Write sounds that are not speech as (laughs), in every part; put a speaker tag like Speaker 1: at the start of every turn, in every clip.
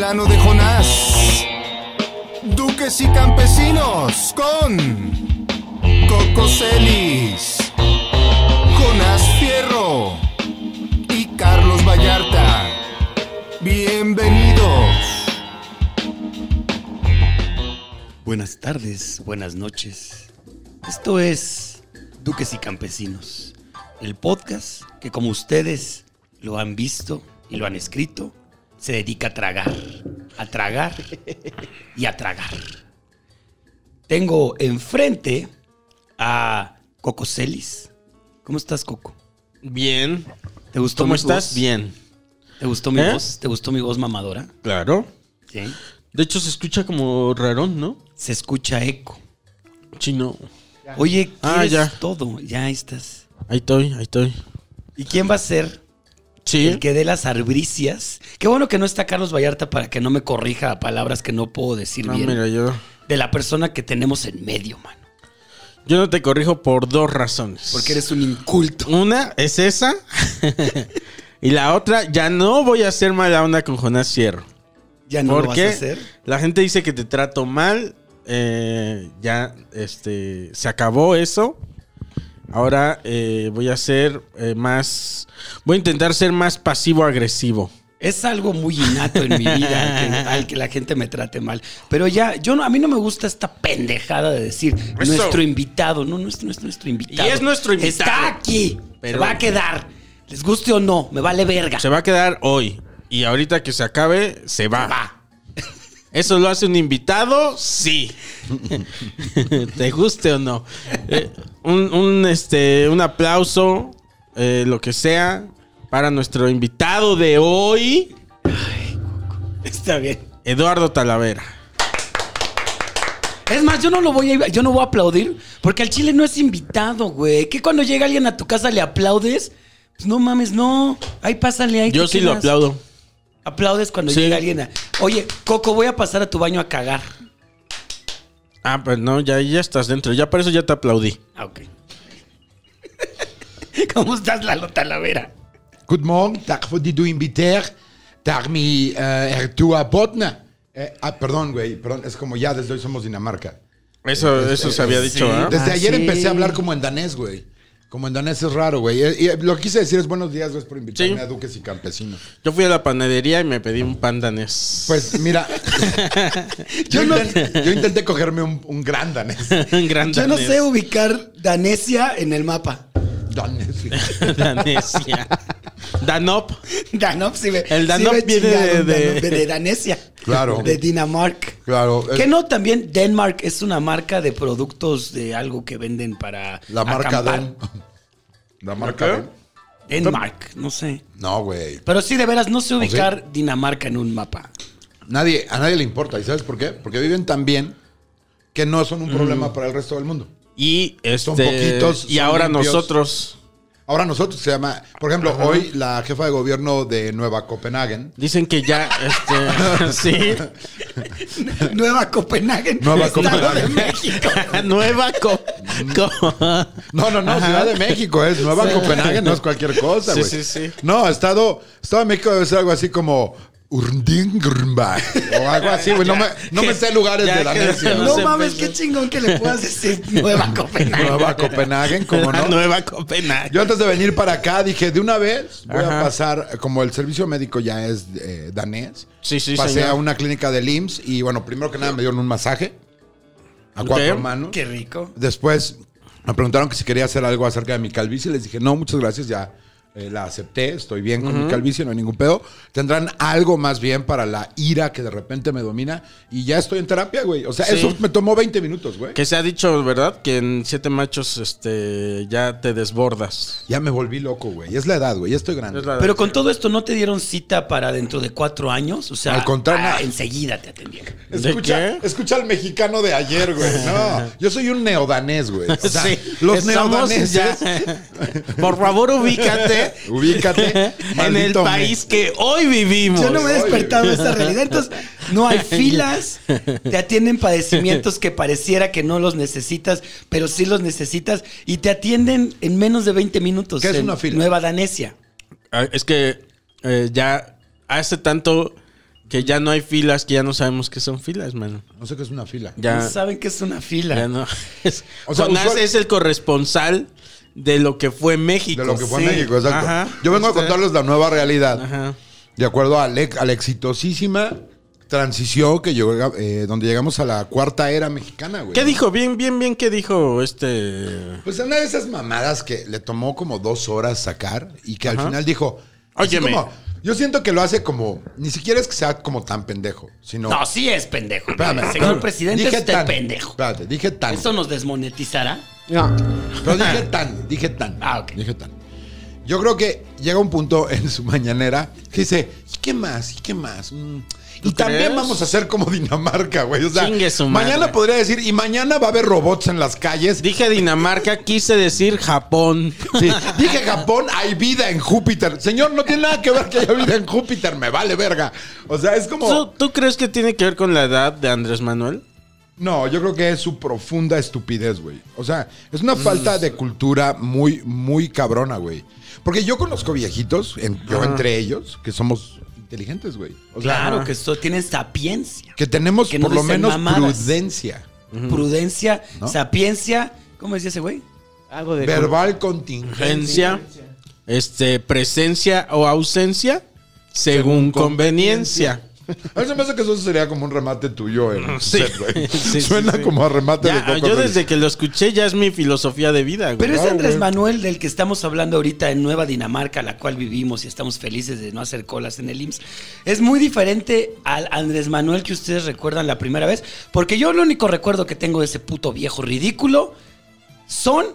Speaker 1: mano de Jonás. Duques y campesinos con Coco Celis, Jonás Fierro y Carlos Vallarta. Bienvenidos.
Speaker 2: Buenas tardes, buenas noches. Esto es Duques y Campesinos, el podcast que como ustedes lo han visto y lo han escrito, se dedica a tragar, a tragar y a tragar. Tengo enfrente a Coco Celis. ¿Cómo estás, Coco?
Speaker 3: Bien.
Speaker 2: ¿Te gustó
Speaker 3: ¿Cómo
Speaker 2: mi voz?
Speaker 3: estás? Bien.
Speaker 2: ¿Te gustó mi
Speaker 3: ¿Eh?
Speaker 2: voz? ¿Te gustó mi voz mamadora?
Speaker 3: Claro.
Speaker 2: Sí.
Speaker 3: De hecho, se escucha como rarón, ¿no?
Speaker 2: Se escucha eco.
Speaker 3: Chino.
Speaker 2: Oye,
Speaker 3: Ah,
Speaker 2: ¿quieres
Speaker 3: ya.
Speaker 2: todo? Ya estás.
Speaker 3: Ahí estoy, ahí estoy.
Speaker 2: ¿Y quién va a ser
Speaker 3: Sí.
Speaker 2: El que dé las arbricias. Qué bueno que no está Carlos Vallarta para que no me corrija a palabras que no puedo decir
Speaker 3: No,
Speaker 2: bien.
Speaker 3: mira, yo,
Speaker 2: De la persona que tenemos en medio, mano.
Speaker 3: yo no te corrijo por dos razones.
Speaker 2: Porque eres un inculto.
Speaker 3: Una es esa. (laughs) y la otra, ya no voy a hacer mala onda con Jonás Fierro.
Speaker 2: Ya no lo vas a
Speaker 3: porque
Speaker 2: hacer.
Speaker 3: la gente dice que te trato mal. eh, ya, este, se acabó eso. Ahora eh, voy a ser eh, más. Voy a intentar ser más pasivo-agresivo.
Speaker 2: Es algo muy innato en mi vida
Speaker 3: (laughs)
Speaker 2: que- al que la gente me trate mal. Pero ya, yo no, a mí no me gusta esta pendejada de decir
Speaker 3: Eso.
Speaker 2: nuestro invitado. No, no es, no es nuestro invitado.
Speaker 3: Y es nuestro invitado.
Speaker 2: Está aquí.
Speaker 3: Pero-
Speaker 2: Se va a quedar. Les guste o no, me vale verga.
Speaker 3: Se va a quedar hoy. Y ahorita que se acabe, se va.
Speaker 2: Va.
Speaker 3: ¿Eso lo hace un invitado? Sí. (laughs) ¿Te guste o no? Eh, un, un, este, un aplauso, eh, lo que sea, para nuestro invitado de hoy,
Speaker 2: Está bien.
Speaker 3: Eduardo Talavera.
Speaker 2: Es más, yo no lo voy a, yo no voy a aplaudir porque al chile no es invitado, güey. Que cuando llega alguien a tu casa le aplaudes? Pues no mames, no. Ahí pásale, ahí
Speaker 3: Yo
Speaker 2: te
Speaker 3: sí lo
Speaker 2: quedas.
Speaker 3: aplaudo.
Speaker 2: Aplaudes cuando
Speaker 3: Sí.
Speaker 2: llega alguien a... Oye, Coco, voy a pasar a tu baño a cagar.
Speaker 3: Ah, pues no, ya, ya estás dentro. Ya por eso ya te aplaudí.
Speaker 2: Ah, ok. (laughs) ¿Cómo estás, Lalo Talavera?
Speaker 4: Goedemorgen, dag voor die du inviter. Daarmee eh ertua botna. Eh, ah, perdón, güey, perdón, es como ya desde hoy somos Dinamarca.
Speaker 3: Eso, eso se había dicho, ¿ah?
Speaker 4: Desde
Speaker 2: Ah,
Speaker 4: ayer
Speaker 2: sí.
Speaker 4: empecé a hablar como en danés, güey. Como en danés es raro, güey. Eh, y, eh, lo que quise decir es buenos días, güey, por invitarme
Speaker 3: Sí.
Speaker 4: a Duques y Campesinos.
Speaker 3: Yo fui a la panadería y me pedí un pan danés.
Speaker 4: Pues mira, yo, intenté, yo intenté cogerme un, un gran danés.
Speaker 3: (laughs)
Speaker 4: (laughs)
Speaker 3: un gran
Speaker 2: Yo no
Speaker 3: danés. (laughs)
Speaker 2: sé ubicar Danesia en el mapa.
Speaker 4: Danés.
Speaker 3: Danesia. Danop.
Speaker 2: Danop sí me-
Speaker 3: El Danop
Speaker 2: me
Speaker 3: viene
Speaker 2: chingaron,
Speaker 3: de-
Speaker 2: Danop, de Danesia.
Speaker 4: Claro.
Speaker 2: De Dinamarca.
Speaker 4: Claro. eh,
Speaker 2: Que no, también Denmark es una marca de productos de algo que venden para.
Speaker 4: La marca
Speaker 2: acampar.
Speaker 4: Dan. La marca Dan.
Speaker 2: Denmark, no sé.
Speaker 4: No, güey.
Speaker 2: Pero sí, de veras, no sé
Speaker 4: ¿Oh, sí?
Speaker 2: ubicar Dinamarca en un mapa. (laughs)
Speaker 4: Nadie, a nadie le importa. ¿Y sabes por qué? Porque viven tan bien que no son un
Speaker 3: Mm.
Speaker 4: problema para el resto del mundo.
Speaker 3: Y este,
Speaker 4: Son poquitos,
Speaker 3: Y
Speaker 4: son
Speaker 3: ahora
Speaker 4: limpios.
Speaker 3: nosotros
Speaker 4: Ahora nosotros se llama, por ejemplo, hoy la jefa de gobierno de Nueva Copenhagen,
Speaker 3: dicen que ya
Speaker 4: (laughs)
Speaker 3: este sí,
Speaker 2: Nueva Copenhague.
Speaker 4: Nueva
Speaker 2: Estado
Speaker 4: Copenhague.
Speaker 2: de México.
Speaker 3: (laughs) nueva co, co-
Speaker 4: No, no, no, Ciudad de
Speaker 3: (laughs)
Speaker 4: México es. Nueva Copenhague no es cualquier cosa,
Speaker 3: Sí,
Speaker 4: güey.
Speaker 3: sí, sí.
Speaker 4: No, Estado, Estado de México debe ser algo así como Urdingrumba o algo así,
Speaker 3: (laughs)
Speaker 4: güey. No me, no me sé lugares
Speaker 3: Ya
Speaker 4: de
Speaker 3: que-
Speaker 4: Danesia.
Speaker 3: no
Speaker 4: güey.
Speaker 2: No
Speaker 3: sé,
Speaker 2: mames,
Speaker 3: pues,
Speaker 2: qué chingón que le puedas
Speaker 3: (laughs)
Speaker 2: decir Nueva Copenhague.
Speaker 4: Nueva Copenhagen, como
Speaker 3: la (laughs)
Speaker 4: no.
Speaker 3: nueva Copenhague.
Speaker 4: Yo antes de venir para acá dije, de una vez voy
Speaker 3: Ajá.
Speaker 4: a pasar, como el servicio médico ya es eh, danés,
Speaker 3: Sí, sí,
Speaker 4: pasé
Speaker 3: señor.
Speaker 4: a una clínica del IMSS y bueno, primero que nada me dieron un masaje a cuatro
Speaker 3: Ok.
Speaker 4: manos.
Speaker 2: Qué rico.
Speaker 4: Después me preguntaron que si quería hacer algo acerca de mi calvicie. Les dije, no, muchas gracias, ya eh, la acepté, estoy bien con mi calvicie, no hay ningún pedo. Tendrán algo más bien para la ira que de repente me domina y ya estoy en terapia, güey. O sea,
Speaker 3: Sí.
Speaker 4: eso me tomó 20 minutos, güey.
Speaker 3: Que se ha dicho, ¿verdad? Que en siete machos este ya te desbordas.
Speaker 4: Ya me volví loco, güey. Es la edad, güey. Ya estoy grande.
Speaker 3: Es la-
Speaker 2: Pero con todo esto, ¿no te dieron cita para dentro de cuatro años? O sea,
Speaker 4: Al contrario.
Speaker 2: ah, enseguida te atendieron.
Speaker 4: Escucha,
Speaker 3: ¿De qué?
Speaker 4: escucha al mexicano de ayer, güey.
Speaker 3: (laughs)
Speaker 4: No, yo soy un neodanés, güey. O sea,
Speaker 3: Sí,
Speaker 4: los
Speaker 3: estamos
Speaker 4: neodaneses.
Speaker 3: ya-
Speaker 4: (laughs)
Speaker 3: (laughs) Por favor, (laughs) ubícate
Speaker 4: Ubícate
Speaker 3: en el
Speaker 4: maldito me-
Speaker 3: país que hoy vivimos.
Speaker 2: Yo no me he
Speaker 4: Oye.
Speaker 2: despertado de esta realidad. Entonces, no
Speaker 4: (laughs)
Speaker 2: hay filas. Te atienden padecimientos que pareciera que no los necesitas, pero sí los necesitas. Y te atienden en menos de 20 minutos.
Speaker 4: ¿Qué es
Speaker 2: en
Speaker 4: una fila?
Speaker 2: Nueva Danesia.
Speaker 3: Ah, Es que eh, ya hace tanto que ya no hay filas, que ya no sabemos qué son filas, mano.
Speaker 4: No sé qué es una fila.
Speaker 3: Ya,
Speaker 2: No saben que es una fila.
Speaker 3: ya no.
Speaker 4: O sea,
Speaker 3: Jonás (laughs)
Speaker 4: usual-
Speaker 3: es el corresponsal de lo que fue México.
Speaker 4: De lo que fue
Speaker 3: Sí.
Speaker 4: México, exacto.
Speaker 3: Ajá.
Speaker 4: Yo vengo a
Speaker 3: Este-
Speaker 4: contarles la nueva realidad.
Speaker 3: Ajá.
Speaker 4: De acuerdo a, la- a la exitosísima transición que llegó, eh, donde llegamos a la cuarta era mexicana, güey.
Speaker 3: ¿Qué dijo? Bien, bien, bien, ¿qué dijo este...?
Speaker 4: Pues una de esas mamadas que le tomó como dos horas sacar y que al
Speaker 3: Ajá.
Speaker 4: final dijo. así
Speaker 3: Óyeme.
Speaker 4: como- yo siento que lo hace como. Ni siquiera es que sea como tan pendejo, sino.
Speaker 2: No, sí es pendejo.
Speaker 4: Espérame,
Speaker 2: Señor
Speaker 4: espérame.
Speaker 2: presidente, es usted
Speaker 4: tan,
Speaker 2: pendejo.
Speaker 4: Espérate, dije tan.
Speaker 2: ¿Eso nos desmonetizará?
Speaker 4: Pero dije tan, dije tan.
Speaker 2: Ah, ok.
Speaker 4: Dije tan. Yo creo que llega un punto en su mañanera que dice, ¿y qué más? ¿Y qué más? Mm. Y
Speaker 3: ¿Tú
Speaker 4: también
Speaker 3: crees?
Speaker 4: vamos a hacer como Dinamarca, güey. O sea,
Speaker 3: Chingue su madre.
Speaker 4: mañana podría decir, y mañana va a haber robots en las calles.
Speaker 3: Dije Dinamarca, quise decir Japón. (laughs)
Speaker 4: Sí, Dije Japón, hay vida en Júpiter. Señor, no tiene nada que ver que haya vida en Júpiter, me vale verga. O sea, es
Speaker 3: ¿Tú,
Speaker 4: como.
Speaker 3: tú crees que tiene que ver con la edad de Andrés Manuel?
Speaker 4: No, yo creo que es su profunda estupidez, güey. O sea, es una falta de cultura muy, muy cabrona, güey. Porque yo conozco viejitos, en- yo entre ellos, que somos inteligentes, güey. O sea,
Speaker 2: Claro, que esto tienen sapiencia.
Speaker 4: que tenemos
Speaker 2: que no
Speaker 4: por lo
Speaker 2: dicen
Speaker 4: menos
Speaker 2: mamadas.
Speaker 4: prudencia.
Speaker 2: Prudencia,
Speaker 4: ¿No?
Speaker 2: sapiencia. ¿Cómo decía ese güey?
Speaker 5: Algo de.
Speaker 4: Verbal contingencia.
Speaker 3: Presencia, este, presencia o ausencia según conveniencia.
Speaker 4: A mí se me hace que eso sería como un remate tuyo en
Speaker 3: Sí.
Speaker 4: set, güey.
Speaker 3: (laughs) Sí, sí,
Speaker 4: Suena
Speaker 3: sí.
Speaker 4: como a remate de
Speaker 3: Ya,
Speaker 4: Coco
Speaker 3: yo
Speaker 4: Feliz.
Speaker 3: desde que lo escuché ya es mi filosofía de vida, güey.
Speaker 2: Pero es
Speaker 4: Claro,
Speaker 2: Andrés
Speaker 4: güey.
Speaker 2: Manuel del que estamos hablando ahorita en Nueva Dinamarca, la cual vivimos y estamos felices de no hacer colas en el IMSS. Es muy diferente al Andrés Manuel que ustedes recuerdan la primera vez, porque yo lo único recuerdo que tengo de ese puto viejo ridículo son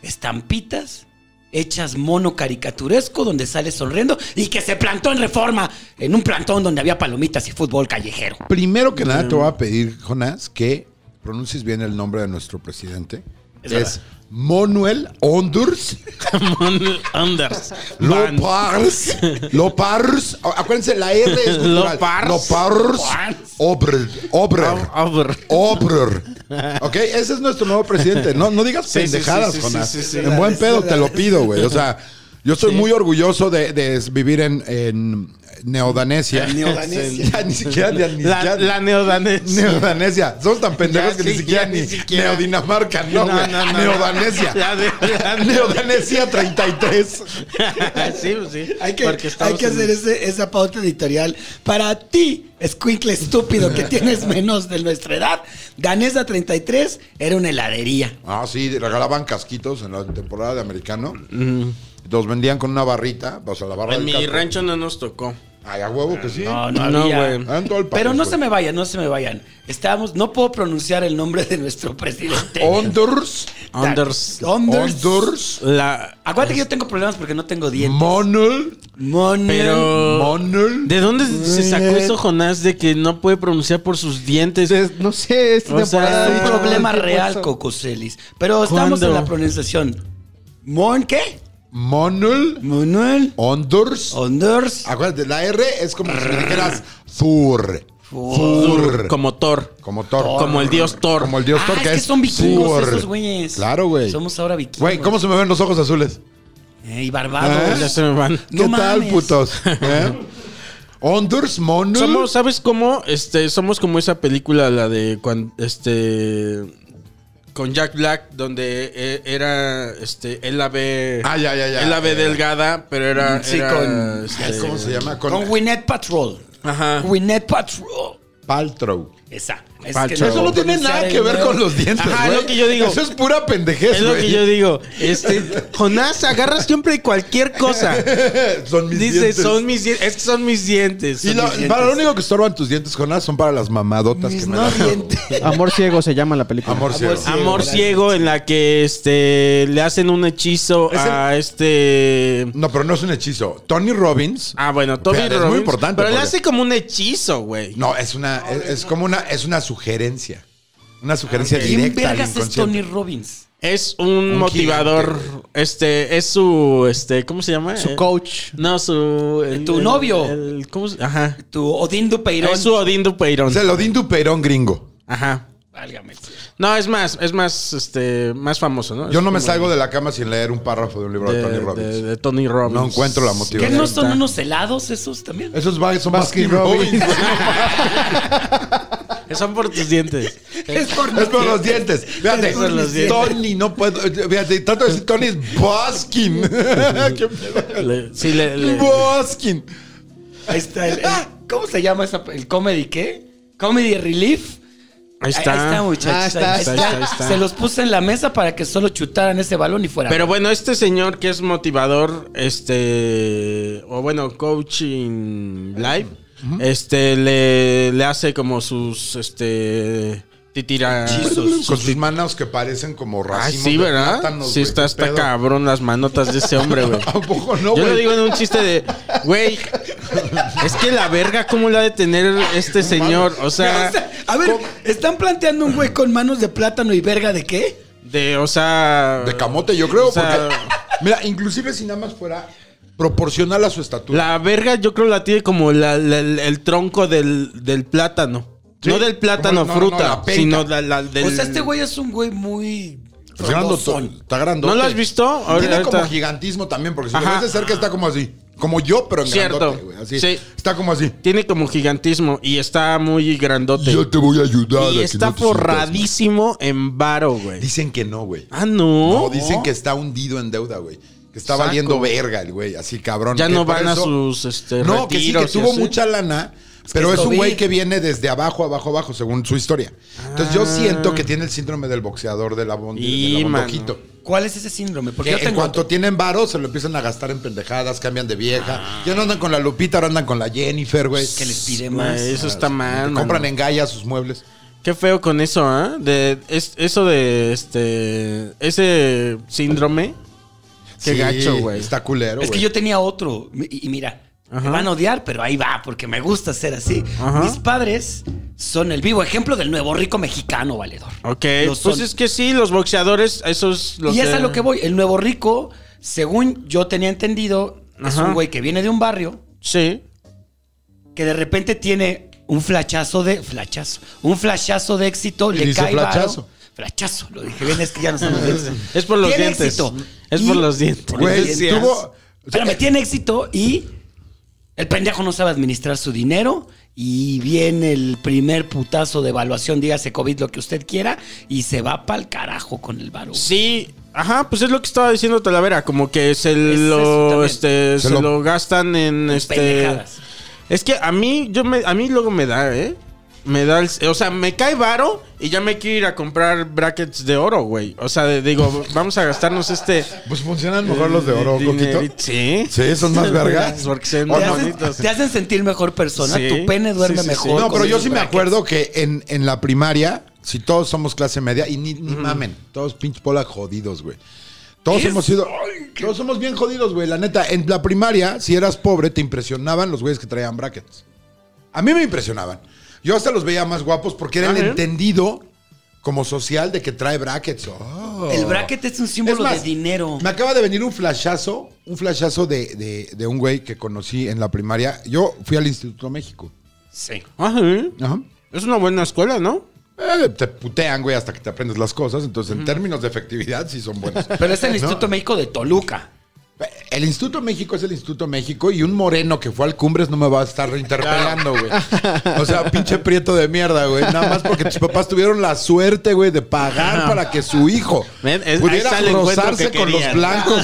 Speaker 2: estampitas hechas mono caricaturesco donde sale sonriendo y que se plantó en reforma, en un plantón donde había palomitas y fútbol callejero.
Speaker 4: Primero que nada, te
Speaker 3: Em.
Speaker 4: voy a pedir, Jonás, que pronuncies bien el nombre de nuestro presidente.
Speaker 2: Es
Speaker 4: Es,
Speaker 2: verdad.
Speaker 4: Manuel Ondurs
Speaker 3: (laughs) Anders. Van.
Speaker 4: Lopars. Lopars. Acuérdense, la R es cultural.
Speaker 3: Lopars.
Speaker 4: Lopars. Obrer. Obrer.
Speaker 3: Over.
Speaker 4: Obrer. Ok, ese es nuestro nuevo presidente. No, no digas
Speaker 3: Sí, sí,
Speaker 4: pendejadas,
Speaker 3: sí, sí,
Speaker 4: Jonás.
Speaker 3: sí, sí, sí.
Speaker 4: en buen pedo te lo pido, güey. O sea, yo estoy muy orgulloso de, de vivir en, en Neodanesia.
Speaker 2: Neodanesia.
Speaker 4: (laughs) Ya ni siquiera de
Speaker 3: La, la neodanesa.
Speaker 4: Neodanesia. Somos tan
Speaker 3: Ya,
Speaker 4: pendejos que
Speaker 3: sí,
Speaker 4: ni siquiera
Speaker 3: ya ni
Speaker 4: ni
Speaker 3: siquiera.
Speaker 4: Neodinamarca, no,
Speaker 3: No,
Speaker 4: güey.
Speaker 3: no, no.
Speaker 4: Neodanesia.
Speaker 3: La de-
Speaker 4: (laughs)
Speaker 3: la de-
Speaker 4: Neodanesia 33.
Speaker 3: (laughs) sí, pues sí.
Speaker 5: Hay que,
Speaker 3: porque
Speaker 5: hay
Speaker 3: estamos
Speaker 5: que
Speaker 3: en-
Speaker 5: hacer ese- esa pauta editorial. Para ti, escuincle estúpido
Speaker 2: (laughs)
Speaker 5: que tienes menos de nuestra edad, Danesa 33 era una heladería.
Speaker 4: Ah, sí, regalaban casquitos en la temporada de americano. Los vendían con una barrita, o sea, la barra
Speaker 3: En
Speaker 4: del
Speaker 3: mi
Speaker 4: casco.
Speaker 3: rancho no nos tocó.
Speaker 4: Ay, a huevo que sí.
Speaker 2: No, no
Speaker 3: No,
Speaker 2: había.
Speaker 3: güey.
Speaker 4: Eran todo el
Speaker 2: Pero
Speaker 4: país,
Speaker 2: no
Speaker 4: güey.
Speaker 2: se me vayan, no se me vayan. Estábamos, no puedo pronunciar el nombre de nuestro
Speaker 3: (laughs)
Speaker 2: presidente.
Speaker 4: Ondurs.
Speaker 3: Anders.
Speaker 5: Onders.
Speaker 4: Ondurs.
Speaker 3: La,
Speaker 2: Acuérdate que yo tengo problemas porque no tengo dientes.
Speaker 4: Monol.
Speaker 2: Monel.
Speaker 3: pero.
Speaker 4: Monol.
Speaker 3: ¿De dónde se sacó eso, Jonás, de que no puede pronunciar por sus dientes?
Speaker 6: Entonces, no sé, esta
Speaker 3: O sea,
Speaker 6: temporada
Speaker 2: es
Speaker 6: digo,
Speaker 2: un problema
Speaker 6: ¿qué
Speaker 2: real,
Speaker 6: pasó?
Speaker 2: Cocoselis. Pero estamos
Speaker 3: ¿Cuándo?
Speaker 2: en la pronunciación. ¿Mon qué?
Speaker 4: Monol.
Speaker 2: Manuel.
Speaker 4: Ondurs.
Speaker 2: Onders.
Speaker 4: Acuérdate, la R es como si dijeras Zur. Zur.
Speaker 3: Como Thor.
Speaker 4: Como Thor.
Speaker 3: Como el dios Thor.
Speaker 4: Como el dios
Speaker 2: Ah,
Speaker 4: Thor,
Speaker 2: es
Speaker 4: que
Speaker 2: que
Speaker 4: es
Speaker 2: son vikingos
Speaker 4: Thor.
Speaker 2: esos güeyes.
Speaker 4: Claro, güey.
Speaker 2: Somos ahora vikingos.
Speaker 4: Güey, ¿cómo Ah, se me ven los ojos azules?
Speaker 2: Eh, y barbados.
Speaker 3: Ya se me van.
Speaker 2: No
Speaker 4: ¿Qué tal,
Speaker 2: mames.
Speaker 4: putos?
Speaker 3: (laughs)
Speaker 4: ¿Eh? Ondurs, Monul.
Speaker 3: Somos, ¿sabes cómo? Este, somos como esa película, la de cuan- este con Jack Black, donde eh, era este él la ve,
Speaker 4: Ah, ya, ya, ya. Mm,
Speaker 3: él la ve
Speaker 4: Eh,
Speaker 3: delgada, pero era,
Speaker 2: Sí,
Speaker 3: era,
Speaker 2: con-
Speaker 3: este,
Speaker 4: ¿Cómo se llama? Con,
Speaker 2: Con Winnet Patrol.
Speaker 3: ajá.
Speaker 2: Winnet Patrol.
Speaker 4: Paltrow.
Speaker 2: Esa. Es
Speaker 3: Pacho.
Speaker 2: no
Speaker 4: Eso no
Speaker 2: puedo
Speaker 4: tiene nada
Speaker 2: pronunciar
Speaker 4: que
Speaker 2: el
Speaker 4: ver
Speaker 2: nuevo.
Speaker 4: con los dientes,
Speaker 3: Ajá,
Speaker 4: güey.
Speaker 3: es lo que yo digo.
Speaker 4: Eso es pura pendejez,
Speaker 3: Es lo
Speaker 4: güey.
Speaker 3: que yo digo.
Speaker 4: (laughs)
Speaker 3: Este, Jonás, agarra siempre cualquier cosa.
Speaker 4: Son (laughs) mis
Speaker 3: Dice,
Speaker 4: dientes.
Speaker 3: son mis dientes. Es que son mis dientes.
Speaker 4: Y
Speaker 3: son
Speaker 4: lo-
Speaker 3: mis dientes.
Speaker 4: para lo único que estorban tus dientes, Jonás, son para las mamadotas que me
Speaker 5: No
Speaker 4: dan.
Speaker 5: dientes.
Speaker 6: Amor ciego se llama la película.
Speaker 4: Amor ciego.
Speaker 3: Amor ciego en la que este le hacen un hechizo
Speaker 4: Es el-
Speaker 3: a este
Speaker 4: No, pero no es un hechizo. Tony Robbins.
Speaker 3: Ah, bueno, Toby
Speaker 4: Espérate, es muy
Speaker 3: Robbins.
Speaker 4: importante,
Speaker 3: Pero le
Speaker 4: porque-
Speaker 3: hace como un hechizo, güey.
Speaker 4: No, es una, es, es como una, es una sugerencia. Una sugerencia
Speaker 2: ¿Quién
Speaker 4: directa al
Speaker 2: vergas es
Speaker 4: inconsciente.
Speaker 2: Tony Robbins?
Speaker 3: Es un, motivador.
Speaker 4: gigante, güey.
Speaker 3: Este, es su, este, ¿cómo se llama?
Speaker 6: Su
Speaker 3: Eh,
Speaker 6: coach.
Speaker 3: No, su... el-
Speaker 2: Tu
Speaker 3: el-
Speaker 2: novio.
Speaker 3: el- ¿Cómo se- Ajá.
Speaker 2: Tu Odín Dupeirón.
Speaker 3: Es su Odín Dupeirón.
Speaker 4: Es el Odín Duperón gringo.
Speaker 3: Ajá.
Speaker 7: Válgame.
Speaker 3: No, es más, es más, este, más famoso, ¿no?
Speaker 4: Yo
Speaker 3: Es
Speaker 4: no me
Speaker 3: como
Speaker 4: salgo de la cama sin leer un párrafo de un libro de,
Speaker 3: de,
Speaker 4: Tony
Speaker 3: de-
Speaker 4: Robbins.
Speaker 3: de Tony Robbins.
Speaker 4: No encuentro la
Speaker 7: ¿Qué
Speaker 4: motivación.
Speaker 7: no son unos helados esos también?
Speaker 4: Esos ba- son Baskin,
Speaker 6: Baskin
Speaker 4: Robbins.
Speaker 6: Robbins.
Speaker 3: (laughs) Son por tus dientes.
Speaker 2: Es por
Speaker 4: (laughs) Es por los dientes. Fíjate,
Speaker 3: Es por los dientes.
Speaker 4: Tony, no puedo. Fíjate, tanto decir Tony es
Speaker 3: (laughs)
Speaker 4: Baskin. ¿Qué pedo? (laughs)
Speaker 3: Le- sí, le- le-
Speaker 4: Baskin.
Speaker 2: Ahí está el- el- ¿Cómo se llama esa? ¿El comedy qué? ¿Comedy Relief? (laughs)
Speaker 3: ahí
Speaker 2: Ahí está,
Speaker 3: está.
Speaker 2: muchachos.
Speaker 6: Ah, está,
Speaker 2: ahí
Speaker 3: está,
Speaker 2: está.
Speaker 3: ahí está.
Speaker 2: Se los puse en la mesa para que solo chutaran ese balón y fuera.
Speaker 3: Pero bueno, este señor que es motivador, este, o bueno, coaching live, este, le, le hace como sus, este, titira...
Speaker 4: Con sus manos que parecen como
Speaker 3: Ah,
Speaker 4: racimos
Speaker 3: sí,
Speaker 4: de
Speaker 3: ¿verdad?
Speaker 4: plátanos,
Speaker 3: sí,
Speaker 4: güey,
Speaker 3: está
Speaker 4: qué
Speaker 3: hasta
Speaker 4: pedo.
Speaker 3: cabrón las manotas de ese hombre, güey.
Speaker 4: (laughs) ¿A poco (laughs) no,
Speaker 3: Yo
Speaker 4: güey?
Speaker 3: le digo en un chiste de, güey, es que la verga, ¿cómo la ha de tener este señor? O
Speaker 4: (laughs)
Speaker 2: (laughs)
Speaker 3: sea,
Speaker 2: O sea, a ver, ¿están planteando un güey con manos de plátano y verga de qué?
Speaker 3: de, o sea...
Speaker 4: De camote, yo creo.
Speaker 3: O sea-
Speaker 4: porque, mira, inclusive si nada más fuera proporcional a su estatura.
Speaker 3: La verga yo creo la tiene como la- la- el, el tronco del, del plátano.
Speaker 4: Sí.
Speaker 3: No del plátano
Speaker 4: Como- no, no,
Speaker 3: fruta,
Speaker 4: no, la penca.
Speaker 3: sino la, la del...
Speaker 2: O sea, este güey es un güey muy.
Speaker 4: Pues grandotón,
Speaker 2: frondosón.
Speaker 4: Está grandote.
Speaker 3: ¿No lo has visto?
Speaker 4: Tiene
Speaker 3: Ahorita-
Speaker 4: como gigantismo también, porque si lo
Speaker 3: Ajá.
Speaker 4: ves de cerca está como así. Como yo, pero en
Speaker 3: Cierto.
Speaker 4: grandote, güey. Así.
Speaker 3: Sí.
Speaker 4: Está como así.
Speaker 3: Tiene como gigantismo y está muy grandote.
Speaker 4: Yo te voy a ayudar. a
Speaker 3: y está
Speaker 4: que no te sientas mal.
Speaker 3: forradísimo en varo, güey.
Speaker 4: Dicen que no, güey.
Speaker 3: Ah, no.
Speaker 4: No, dicen que está hundido en deuda, güey. Que está
Speaker 3: Saco.
Speaker 4: valiendo verga el güey, así cabrón.
Speaker 3: Ya
Speaker 4: Que
Speaker 3: no
Speaker 4: por
Speaker 3: van a
Speaker 4: eso-
Speaker 3: sus, este,
Speaker 4: No, que sí, que
Speaker 3: retiros y
Speaker 4: tuvo
Speaker 3: así.
Speaker 4: mucha lana, pero
Speaker 2: que
Speaker 4: es
Speaker 2: esto
Speaker 4: un
Speaker 2: vi.
Speaker 4: güey que viene desde abajo, abajo, abajo, según su historia. Entonces yo siento que tiene el síndrome del boxeador de la
Speaker 3: Y, Ah. mano.
Speaker 4: bondoquito.
Speaker 2: ¿Cuál es ese síndrome? Porque
Speaker 4: Que
Speaker 2: yo
Speaker 4: en
Speaker 2: tengo.
Speaker 4: cuanto tienen varos, se lo empiezan a gastar en pendejadas, cambian de vieja.
Speaker 3: Ah.
Speaker 4: Ya no andan con la Lupita, ahora andan con la Jennifer, güey.
Speaker 2: Que les pide
Speaker 3: Güey,
Speaker 2: más.
Speaker 3: eso está mal,
Speaker 4: Te
Speaker 3: mano.
Speaker 4: compran en Gaia sus muebles.
Speaker 3: Qué feo con eso, ¿ah? De es- eso de este ese síndrome. Qué
Speaker 4: Sí,
Speaker 3: gacho, güey.
Speaker 4: Está culero,
Speaker 2: es que
Speaker 4: güey.
Speaker 2: yo tenía otro. mi- Y y mira, me van a odiar, pero ahí va, porque me gusta ser así.
Speaker 3: Ajá.
Speaker 2: Mis padres son el vivo ejemplo del nuevo rico mexicano valedor.
Speaker 3: Ok,
Speaker 2: Lo
Speaker 3: pues
Speaker 2: son.
Speaker 3: es que sí, los boxeadores, esos los
Speaker 2: y es
Speaker 3: de-
Speaker 2: a lo que voy. El nuevo rico, según yo tenía entendido, es
Speaker 3: Ajá.
Speaker 2: un güey que viene de un barrio
Speaker 3: Sí.
Speaker 2: que de repente tiene un flachazo de. Flachazo. Un flachazo de éxito. le
Speaker 4: dice
Speaker 2: cae varo.
Speaker 4: flachazo.
Speaker 2: Flachazo, lo dije bien, es que ya no son los dientes.
Speaker 3: Es por los
Speaker 2: Tiene
Speaker 3: dientes.
Speaker 2: éxito.
Speaker 3: Es por los dientes.
Speaker 2: por los
Speaker 4: Güey,
Speaker 2: dientes.
Speaker 4: tuvo-
Speaker 2: Espérame, tiene éxito y el pendejo no sabe administrar su dinero y viene el primer putazo de evaluación, dígase COVID, lo que usted quiera, y se va pa'l carajo con el varo.
Speaker 3: Sí. Ajá, pues es lo que estaba diciendo Talavera, como que se
Speaker 2: eso
Speaker 3: lo
Speaker 2: también.
Speaker 3: este se,
Speaker 4: Se
Speaker 3: lo,
Speaker 4: lo-
Speaker 3: gastan en este
Speaker 2: pendejadas.
Speaker 3: Es que a mí yo me a mí luego me da, ¿eh? Me da el, o sea, me cae varo y ya me quiero ir a comprar brackets de oro, güey. O sea, de- digo, vamos a gastarnos este
Speaker 4: Pues funcionan mejor los de oro,
Speaker 3: Dinerito.
Speaker 4: Coquito.
Speaker 3: Sí.
Speaker 4: Sí, son más vergas.
Speaker 3: (laughs) Porque se ven
Speaker 4: O
Speaker 2: Te,
Speaker 4: no,
Speaker 2: hacen,
Speaker 3: bonitos.
Speaker 2: te hacen sentir mejor persona,
Speaker 3: Sí.
Speaker 2: tu pene duerme
Speaker 3: Sí, sí, sí.
Speaker 2: mejor.
Speaker 4: No,
Speaker 2: con
Speaker 4: pero yo
Speaker 2: esos
Speaker 4: sí me
Speaker 2: brackets.
Speaker 4: acuerdo que en, en la primaria, si todos somos clase media, y ni, ni mamen, todos pinches pola jodidos, güey. Todos
Speaker 2: ¿Qué
Speaker 4: hemos sido. Todos somos bien jodidos, güey. La neta, en la primaria, si eras pobre, te impresionaban los güeyes que traían brackets. A mí me impresionaban. Yo hasta los veía más guapos porque era
Speaker 3: Ah,
Speaker 4: el
Speaker 3: ¿eh?
Speaker 4: entendido como social de que trae brackets. Oh.
Speaker 2: El bracket es un símbolo
Speaker 4: Es más,
Speaker 2: de dinero.
Speaker 4: Me acaba de venir un flashazo, un flashazo de, de- de un güey que conocí en la primaria. Yo fui al Instituto México.
Speaker 2: Sí.
Speaker 3: Ah, sí.
Speaker 4: Ajá.
Speaker 3: Es una buena escuela, ¿no?
Speaker 4: Eh, te putean, güey, hasta que te aprendes las cosas. Entonces, en términos de efectividad, sí son buenos.
Speaker 2: Pero es el
Speaker 4: No. eh,
Speaker 2: Instituto México de Toluca.
Speaker 4: El Instituto México es el Instituto México y un moreno que fue al Cumbres no me va a estar
Speaker 2: (laughs)
Speaker 4: interpelando, güey. O sea, pinche prieto de mierda, güey. Nada más porque tus papás tuvieron la suerte, güey, de pagar para que su hijo
Speaker 3: Ven, es- ahí
Speaker 4: pudiera
Speaker 3: está el encuentro
Speaker 4: rozarse
Speaker 3: que
Speaker 4: con los
Speaker 2: (laughs)
Speaker 3: querían.
Speaker 4: blancos.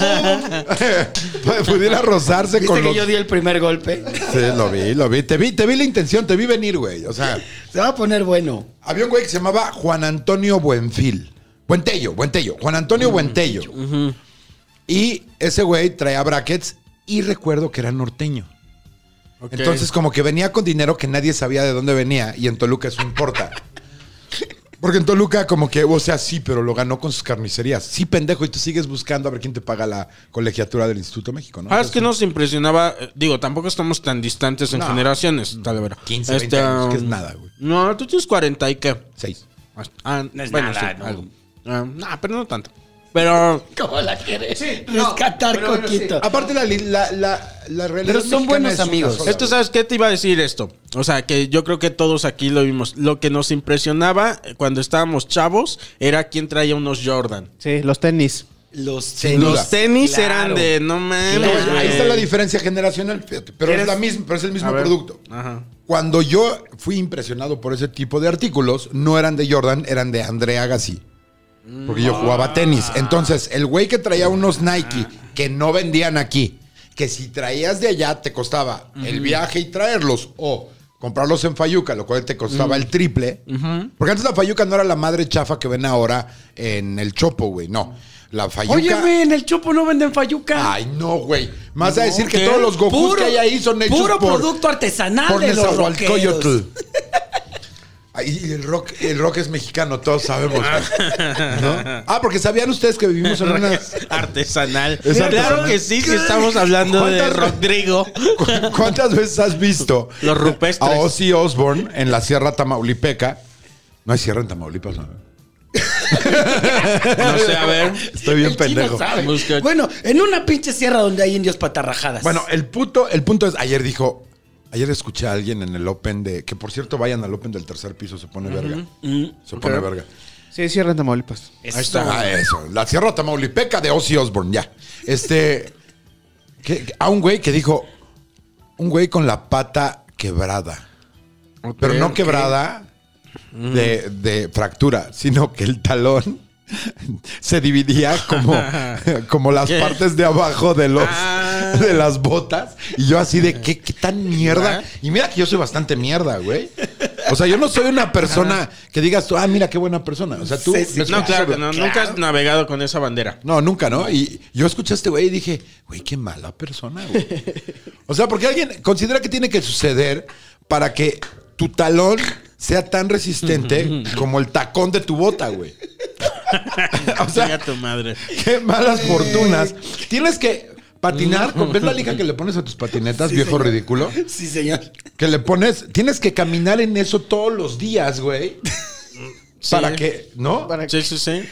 Speaker 4: pudiera rozarse
Speaker 2: ¿Viste
Speaker 4: con
Speaker 2: que
Speaker 4: los...
Speaker 2: yo di el primer golpe?
Speaker 4: (laughs) Sí, lo vi, lo vi. Te vi, te vi la intención, te vi venir, güey. O sea...
Speaker 2: Se va a poner bueno.
Speaker 4: Había un güey que se llamaba Juan Antonio Buenfil. Buentello, Buentello. Juan Antonio Buentello. Y ese güey traía brackets y recuerdo que era norteño. Entonces, como que venía con dinero que nadie sabía de dónde venía y en Toluca eso importa. Porque en Toluca, como que, o sea, sí, pero lo ganó con sus carnicerías. Sí, pendejo, y tú sigues buscando a ver quién te paga la colegiatura del Instituto México, ¿no?
Speaker 3: Ahora Ah, es que nos impresionaba, eh, digo, tampoco estamos tan distantes en
Speaker 4: No.
Speaker 3: generaciones, tal vez.
Speaker 4: 15, 20 años, que es
Speaker 3: um,
Speaker 4: nada, güey.
Speaker 3: No, tú tienes 40 y qué.
Speaker 4: Seis.
Speaker 3: Ah,
Speaker 2: No es
Speaker 3: bueno,
Speaker 2: nada,
Speaker 3: sí,
Speaker 2: ¿no?
Speaker 3: algo. Ah, nah, pero no tanto. Pero
Speaker 2: ¿Cómo la quieres?
Speaker 4: no,
Speaker 2: Rescatar
Speaker 4: pero bueno, sí.
Speaker 2: Coquito.
Speaker 4: Aparte, la, li- la, la, la realidad.
Speaker 2: Pero son
Speaker 4: mexicana
Speaker 2: buenos
Speaker 4: es una
Speaker 2: amigos.
Speaker 4: sola,
Speaker 3: Esto, ¿sabes qué te iba a decir esto? O sea, que yo creo que todos aquí lo vimos. Lo que nos impresionaba eh, cuando estábamos chavos era quién traía unos Jordan.
Speaker 6: Sí, los tenis.
Speaker 2: Los
Speaker 4: Sin duda.
Speaker 3: Los tenis
Speaker 2: Claro.
Speaker 3: eran de no mames.
Speaker 2: Claro,
Speaker 4: güey. Ahí
Speaker 3: güey.
Speaker 4: está la diferencia generacional, fíjate, Pero es,
Speaker 3: Eres-
Speaker 4: la misma, pero es el mismo
Speaker 3: A ver.
Speaker 4: producto.
Speaker 3: Ajá.
Speaker 4: Cuando yo fui impresionado por ese tipo de artículos, no eran de Jordan, eran de André Agassi. Porque yo jugaba
Speaker 3: Ah.
Speaker 4: tenis. Entonces, el güey que traía unos Nike que no vendían aquí, que si traías de allá te costaba el viaje y traerlos o comprarlos en Fayuca, lo cual te costaba el triple. Porque antes la Fayuca no era la madre chafa que ven ahora en el Chopo, güey. No. La Fayuca.
Speaker 2: Oye, güey, en el Chopo no venden fayuca.
Speaker 4: Ay, no, güey. Más a decir que
Speaker 3: ¿qué?
Speaker 4: todos los Gokus que hay ahí son hechos
Speaker 2: Puro
Speaker 4: por,
Speaker 2: producto artesanal
Speaker 4: por
Speaker 2: de los
Speaker 4: Nezahualcóyotl.
Speaker 2: rockeros.
Speaker 4: Ay, y el rock, el rock es mexicano, todos sabemos.
Speaker 3: (laughs)
Speaker 4: ¿no? Ah, porque sabían ustedes que vivimos en una.
Speaker 3: Artesanal.
Speaker 4: Es
Speaker 3: Claro
Speaker 4: artesanal.
Speaker 3: que sí, si estamos hablando de
Speaker 4: ¿Cuántas- (laughs)
Speaker 3: Rodrigo.
Speaker 4: (laughs) ¿Cu- ¿Cuántas veces has visto
Speaker 3: Los rupestres.
Speaker 4: a Ozzy Osbourne en la Sierra Tamaulipeca? No hay sierra en Tamaulipas, ¿no?
Speaker 3: No sé, a ver.
Speaker 4: Estoy bien
Speaker 2: El chino
Speaker 4: pendejo.
Speaker 2: sabe.
Speaker 3: Busca-
Speaker 2: Bueno, en una pinche sierra donde hay indios patarrajadas.
Speaker 4: Bueno, el punto, el punto es, ayer dijo, ayer escuché a alguien en el Open de, que por cierto vayan al Open del tercer piso, se pone verga. Se pone verga.
Speaker 6: Sí, cierran Tamaulipas.
Speaker 2: Eso.
Speaker 4: Ahí está. Ah, eso. La Sierra Tamaulipeca de Ozzy Osbourne, ya. Este. que- que- a un güey que dijo. Un güey con la pata quebrada. pero no quebrada
Speaker 3: Mm.
Speaker 4: de, de fractura, sino que el talón (laughs) se dividía como,
Speaker 3: (laughs)
Speaker 4: como las
Speaker 3: ¿Qué?
Speaker 4: partes de abajo de los
Speaker 3: Ah.
Speaker 4: de las botas. Y yo así de qué, qué tan mierda. Y mira que yo soy bastante mierda, güey. O sea, yo no soy una persona que digas tú, ah, mira qué buena persona. O sea, tú.
Speaker 2: Sí, sí.
Speaker 3: No,
Speaker 4: me escuchas
Speaker 3: claro que
Speaker 4: sobre-
Speaker 3: no. Nunca has navegado con esa bandera.
Speaker 4: no, nunca, ¿no? Y yo escuché a este güey y dije, güey, qué mala persona, güey. O sea, porque alguien considera que tiene que suceder para que tu talón sea tan resistente como el tacón de tu bota, güey. (laughs) o
Speaker 3: Chinga
Speaker 4: sea,
Speaker 3: tu madre.
Speaker 4: qué malas fortunas. Tienes que patinar. con- ¿Ves la liga que le pones a tus patinetas, viejo ridículo?
Speaker 2: Sí, señor.
Speaker 4: Que le pones. Tienes que caminar en eso todos los días, güey. (laughs) Para que. ¿No?
Speaker 3: Sí, sí, sí.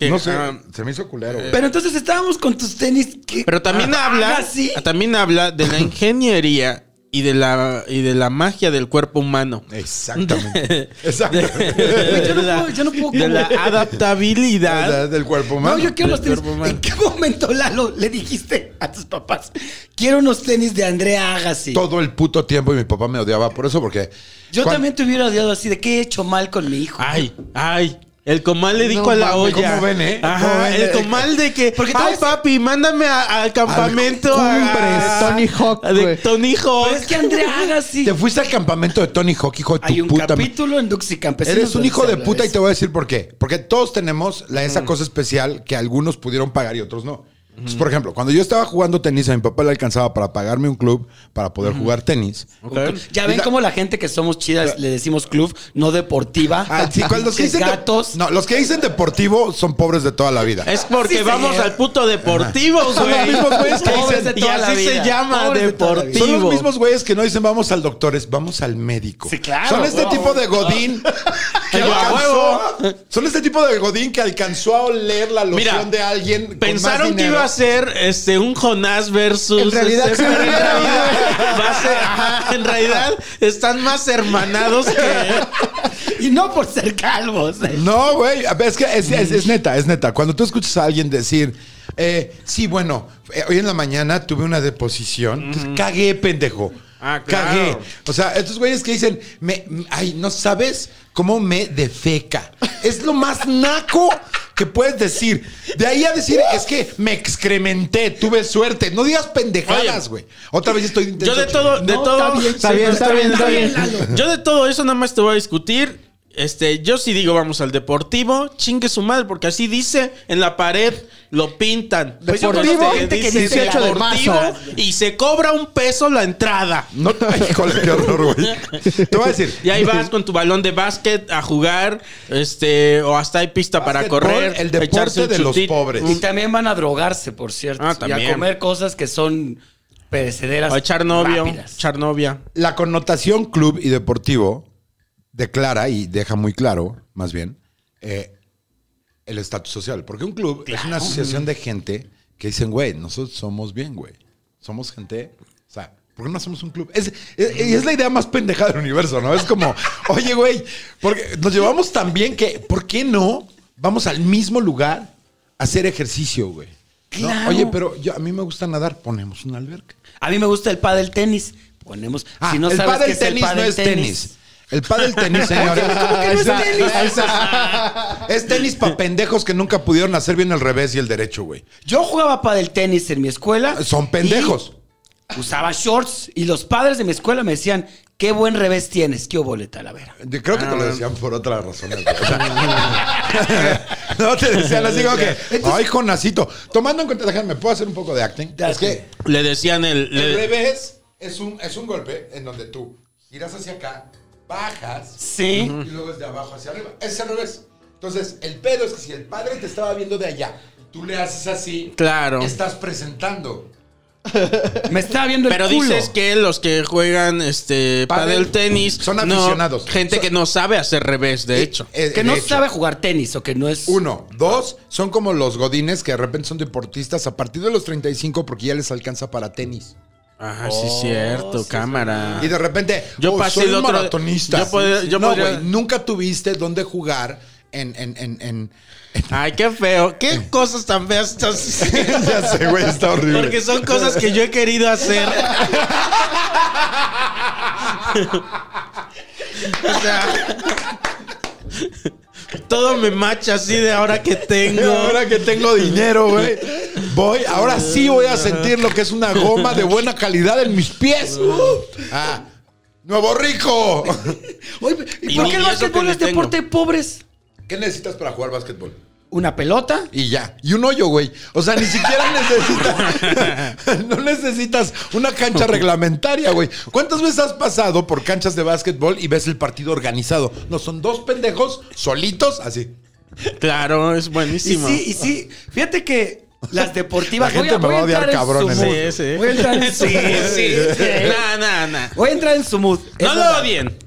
Speaker 4: No sé.
Speaker 3: Ah,
Speaker 4: Se me hizo culero, güey.
Speaker 2: Pero entonces estábamos con tus tenis. que-
Speaker 3: Pero también
Speaker 2: Ah,
Speaker 3: habla,
Speaker 2: sí.
Speaker 3: también habla de la ingeniería y de la y de la magia del cuerpo humano. (laughs)
Speaker 4: Exactamente. Exactamente.
Speaker 2: yo no puedo- yo no puedo
Speaker 3: de
Speaker 2: comer.
Speaker 3: la
Speaker 4: O sea,
Speaker 3: adaptabilidad.
Speaker 4: del cuerpo humano.
Speaker 2: No, yo quiero los
Speaker 3: del
Speaker 2: tenis.
Speaker 3: cuerpo humano.
Speaker 2: ¿En qué momento, Lalo, le dijiste a tus papás? Quiero unos tenis de Andrea Agassi.
Speaker 4: Todo el puto tiempo y mi papá me odiaba por eso porque...
Speaker 2: Yo
Speaker 4: cuan-
Speaker 2: también te hubiera odiado así de qué he hecho mal con mi hijo.
Speaker 3: Ay, ay. El comal le dijo
Speaker 4: No
Speaker 3: a la
Speaker 4: mames,
Speaker 3: olla.
Speaker 4: ¿cómo ven, eh?
Speaker 3: Ajá,
Speaker 4: ¿Cómo ven?
Speaker 3: el comal de que.
Speaker 2: Porque
Speaker 3: ay,
Speaker 2: todos-
Speaker 3: papi, mándame a- al campamento.
Speaker 6: cumbres,
Speaker 3: a,
Speaker 6: Tony Hawk,
Speaker 3: a De
Speaker 6: güey.
Speaker 3: Tony
Speaker 4: Pues
Speaker 3: Hawk.
Speaker 2: Pero es que Andrea Agassi.
Speaker 4: Ah, Te fuiste al campamento de Tony Hawk, hijo de
Speaker 2: Hay
Speaker 4: tu
Speaker 2: un
Speaker 4: puta... ma-
Speaker 2: capítulo en Duxi Campesinos.
Speaker 4: Eres un
Speaker 2: donde
Speaker 4: hijo
Speaker 2: se
Speaker 4: de
Speaker 2: habla
Speaker 4: puta y
Speaker 2: eso.
Speaker 4: te voy a decir por qué. Porque todos tenemos la,
Speaker 2: Mm.
Speaker 4: esa cosa especial que algunos pudieron pagar y otros no. Entonces, por ejemplo, cuando yo estaba jugando tenis, a mi papá le alcanzaba para pagarme un club para poder
Speaker 2: Mm.
Speaker 4: jugar tenis.
Speaker 3: Ok.
Speaker 2: Ya ven
Speaker 4: Mira-
Speaker 2: cómo la gente que somos chidas le decimos club, no deportiva.
Speaker 4: Ah, sí,
Speaker 2: (laughs)
Speaker 4: cuando los que
Speaker 2: Pinches
Speaker 4: dicen de-
Speaker 2: gatos.
Speaker 4: no, los que dicen deportivo son pobres de toda la vida.
Speaker 3: Es porque
Speaker 2: Sí,
Speaker 3: vamos
Speaker 2: señor.
Speaker 3: al puto deportivo,
Speaker 4: Son los
Speaker 3: güey.
Speaker 4: mismos güeyes que
Speaker 2: Pobres
Speaker 4: dicen-
Speaker 2: de
Speaker 3: Y
Speaker 2: toda la
Speaker 3: así se
Speaker 2: vida.
Speaker 3: llama
Speaker 2: Pobres de toda la vida.
Speaker 3: deportivo.
Speaker 4: Son los mismos güeyes que no dicen vamos al doctor, es vamos al médico.
Speaker 2: Sí, claro.
Speaker 4: Son este
Speaker 2: Wow.
Speaker 4: tipo
Speaker 3: (laughs)
Speaker 4: de Godín que
Speaker 3: Yo, a
Speaker 4: alcanzó. Son este tipo de Godín que alcanzó a oler la loción
Speaker 3: Mira,
Speaker 4: de alguien. con más
Speaker 3: Pensaron que
Speaker 4: dinero.
Speaker 3: iba a ser este un Jonás versus.
Speaker 4: (laughs) En realidad
Speaker 3: este,
Speaker 4: sí.
Speaker 3: pero en realidad (laughs) va a ser- ajá, en realidad están más hermanados
Speaker 4: (laughs)
Speaker 3: que.
Speaker 2: Y no por ser calvos. eh.
Speaker 4: No, güey. Es que es, es- es neta, es neta. Cuando tú escuchas a alguien decir, eh, sí, bueno, eh, hoy en la mañana tuve una deposición. Cagué, pendejo.
Speaker 3: Ah, claro.
Speaker 4: Cagué. O sea, estos güeyes que dicen, me, me- ay, no sabes cómo me defeca. Es lo más naco que puedes decir. De ahí a decir, es que me excrementé, tuve suerte. No digas pendejadas,
Speaker 3: Oye,
Speaker 4: güey. Otra vez estoy intentando.
Speaker 3: Yo de todo, de
Speaker 2: No,
Speaker 3: todo.
Speaker 2: está bien,
Speaker 6: Está bien, está bien, está bien.
Speaker 2: Lalo.
Speaker 3: Yo de todo eso nada más te voy a discutir. Este, yo sí digo vamos al deportivo, chingue su madre, porque así dice en la pared, lo pintan.
Speaker 2: Pues yo
Speaker 3: Deportivo,
Speaker 2: conozco gente que
Speaker 3: dice
Speaker 2: dice
Speaker 3: 18 de
Speaker 2: deportivo
Speaker 3: marzo. y se cobra un peso la entrada.
Speaker 4: No, (laughs) híjole, qué horror, güey. Te voy a decir.
Speaker 3: Y ahí vas con tu balón de básquet a jugar, este, o hasta hay pista para
Speaker 4: Básquetbol,
Speaker 3: correr,
Speaker 4: el deporte de los pobres.
Speaker 2: Y también van a drogarse, por cierto.
Speaker 3: Ah,
Speaker 2: Y
Speaker 3: también.
Speaker 2: a comer cosas que son perecederas.
Speaker 3: O echar novio,
Speaker 2: rápidas.
Speaker 3: echar novia.
Speaker 4: La connotación club y deportivo declara y deja muy claro, más bien, eh, el estatus social. Porque un club es una asociación de gente que dicen, güey, nosotros somos bien, güey. Somos gente, o sea, ¿por qué no hacemos un club? Es, es, es la idea más pendeja del universo, ¿no? Es como, (laughs) oye, güey, porque nos llevamos tan bien que, ¿por qué no vamos al mismo lugar a hacer ejercicio, güey? ¿No?
Speaker 2: Claro.
Speaker 4: Oye, pero yo, a mí me gusta nadar, ponemos una alberca.
Speaker 2: A mí me gusta el pádel tenis. Ponemos.
Speaker 4: Ah,
Speaker 2: si no
Speaker 4: el
Speaker 2: sabes
Speaker 4: pádel
Speaker 2: qué es el
Speaker 4: tenis
Speaker 2: pádel
Speaker 4: no es tenis. El pádel (laughs) tenis, señores.
Speaker 2: ¿Cómo que no es
Speaker 4: Esa-
Speaker 2: tenis?
Speaker 4: esa- es tenis para pendejos que nunca pudieron hacer bien el revés y el derecho, güey.
Speaker 2: Yo jugaba pádel tenis en mi escuela.
Speaker 4: Ah, Son pendejos.
Speaker 2: y Usaba shorts y los padres de mi escuela me decían, qué buen revés tienes, qué boleta la vera.
Speaker 4: Yo creo que te lo decían por otras razones. güey. O sea, (laughs) no te decían así como que, ay, Jonacito. Tomando en cuenta, déjame, ¿puedo hacer un poco de acting?
Speaker 2: Date.
Speaker 4: Es que
Speaker 3: Le decían el. le-
Speaker 4: el revés es un, es un golpe en donde tú giras hacia acá, bajas,
Speaker 2: Sí.
Speaker 4: y luego es de abajo hacia arriba. Es al revés. Entonces, el pedo es que si el padre te estaba viendo de allá, tú le haces así,
Speaker 3: Claro.
Speaker 4: estás presentando.
Speaker 2: Me estaba viendo el
Speaker 3: Pero
Speaker 2: culo.
Speaker 3: dices que los que juegan este
Speaker 4: Pádel
Speaker 3: padel tenis
Speaker 4: son
Speaker 3: no,
Speaker 4: aficionados.
Speaker 3: gente
Speaker 4: Son-
Speaker 3: que no sabe hacer revés, de hecho.
Speaker 4: Eh,
Speaker 2: que
Speaker 4: de
Speaker 2: no
Speaker 4: hecho.
Speaker 2: sabe jugar tenis o que no es...
Speaker 4: Uno, dos, son como los godines que de repente son deportistas a partir de los 35 porque ya les alcanza para tenis.
Speaker 3: Ajá, sí es cierto, cámara.
Speaker 4: Oh, Y de repente,
Speaker 3: Ah.
Speaker 4: "Oh,
Speaker 3: Yo pasé
Speaker 4: soy
Speaker 3: el
Speaker 4: un
Speaker 3: otro-
Speaker 4: maratonista.
Speaker 3: yo pod- yo
Speaker 4: no,
Speaker 3: podría-
Speaker 4: güey, nunca tuviste dónde jugar en... en, en, en-
Speaker 3: Ay, qué feo.
Speaker 4: (laughs)
Speaker 3: Qué cosas tan feas estas.
Speaker 4: ya sé, güey, está horrible.
Speaker 3: Porque son cosas que yo he querido hacer. o sea, todo me macha así de ahora que tengo.
Speaker 4: Ahora que tengo dinero, güey. Voy, ahora sí voy a sentir lo que es una goma de buena calidad en mis pies. Uh. Ah, nuevo rico.
Speaker 2: Oye, ¿Y
Speaker 3: Y
Speaker 2: por
Speaker 3: ni
Speaker 2: qué el
Speaker 3: eso
Speaker 2: básquetbol
Speaker 3: que
Speaker 2: es
Speaker 3: le tengo.
Speaker 2: deporte de pobres?
Speaker 4: ¿Qué necesitas para jugar básquetbol?
Speaker 2: ¿Una pelota?
Speaker 4: Y ya. Y un hoyo, güey. O sea, ni siquiera necesitas. (laughs) no necesitas una cancha reglamentaria, güey. ¿Cuántas veces has pasado por canchas de básquetbol y ves el partido organizado? No, son dos pendejos solitos, así.
Speaker 3: Claro, es
Speaker 2: Y
Speaker 3: buenísimo.
Speaker 2: sí, y sí. Fíjate que las deportivas...
Speaker 4: La gente
Speaker 2: Voy
Speaker 4: me va a odiar,
Speaker 2: entrar en
Speaker 4: cabrón,
Speaker 2: su
Speaker 4: en
Speaker 2: mood.
Speaker 3: Sí, sí.
Speaker 2: Voy a entrar en su
Speaker 3: (laughs) Sí,
Speaker 2: mood.
Speaker 3: sí.
Speaker 2: Sí.
Speaker 3: Nah, nah, nah.
Speaker 2: Voy a entrar en su mood.
Speaker 3: No
Speaker 2: Eso
Speaker 3: lo
Speaker 2: da-
Speaker 3: odien.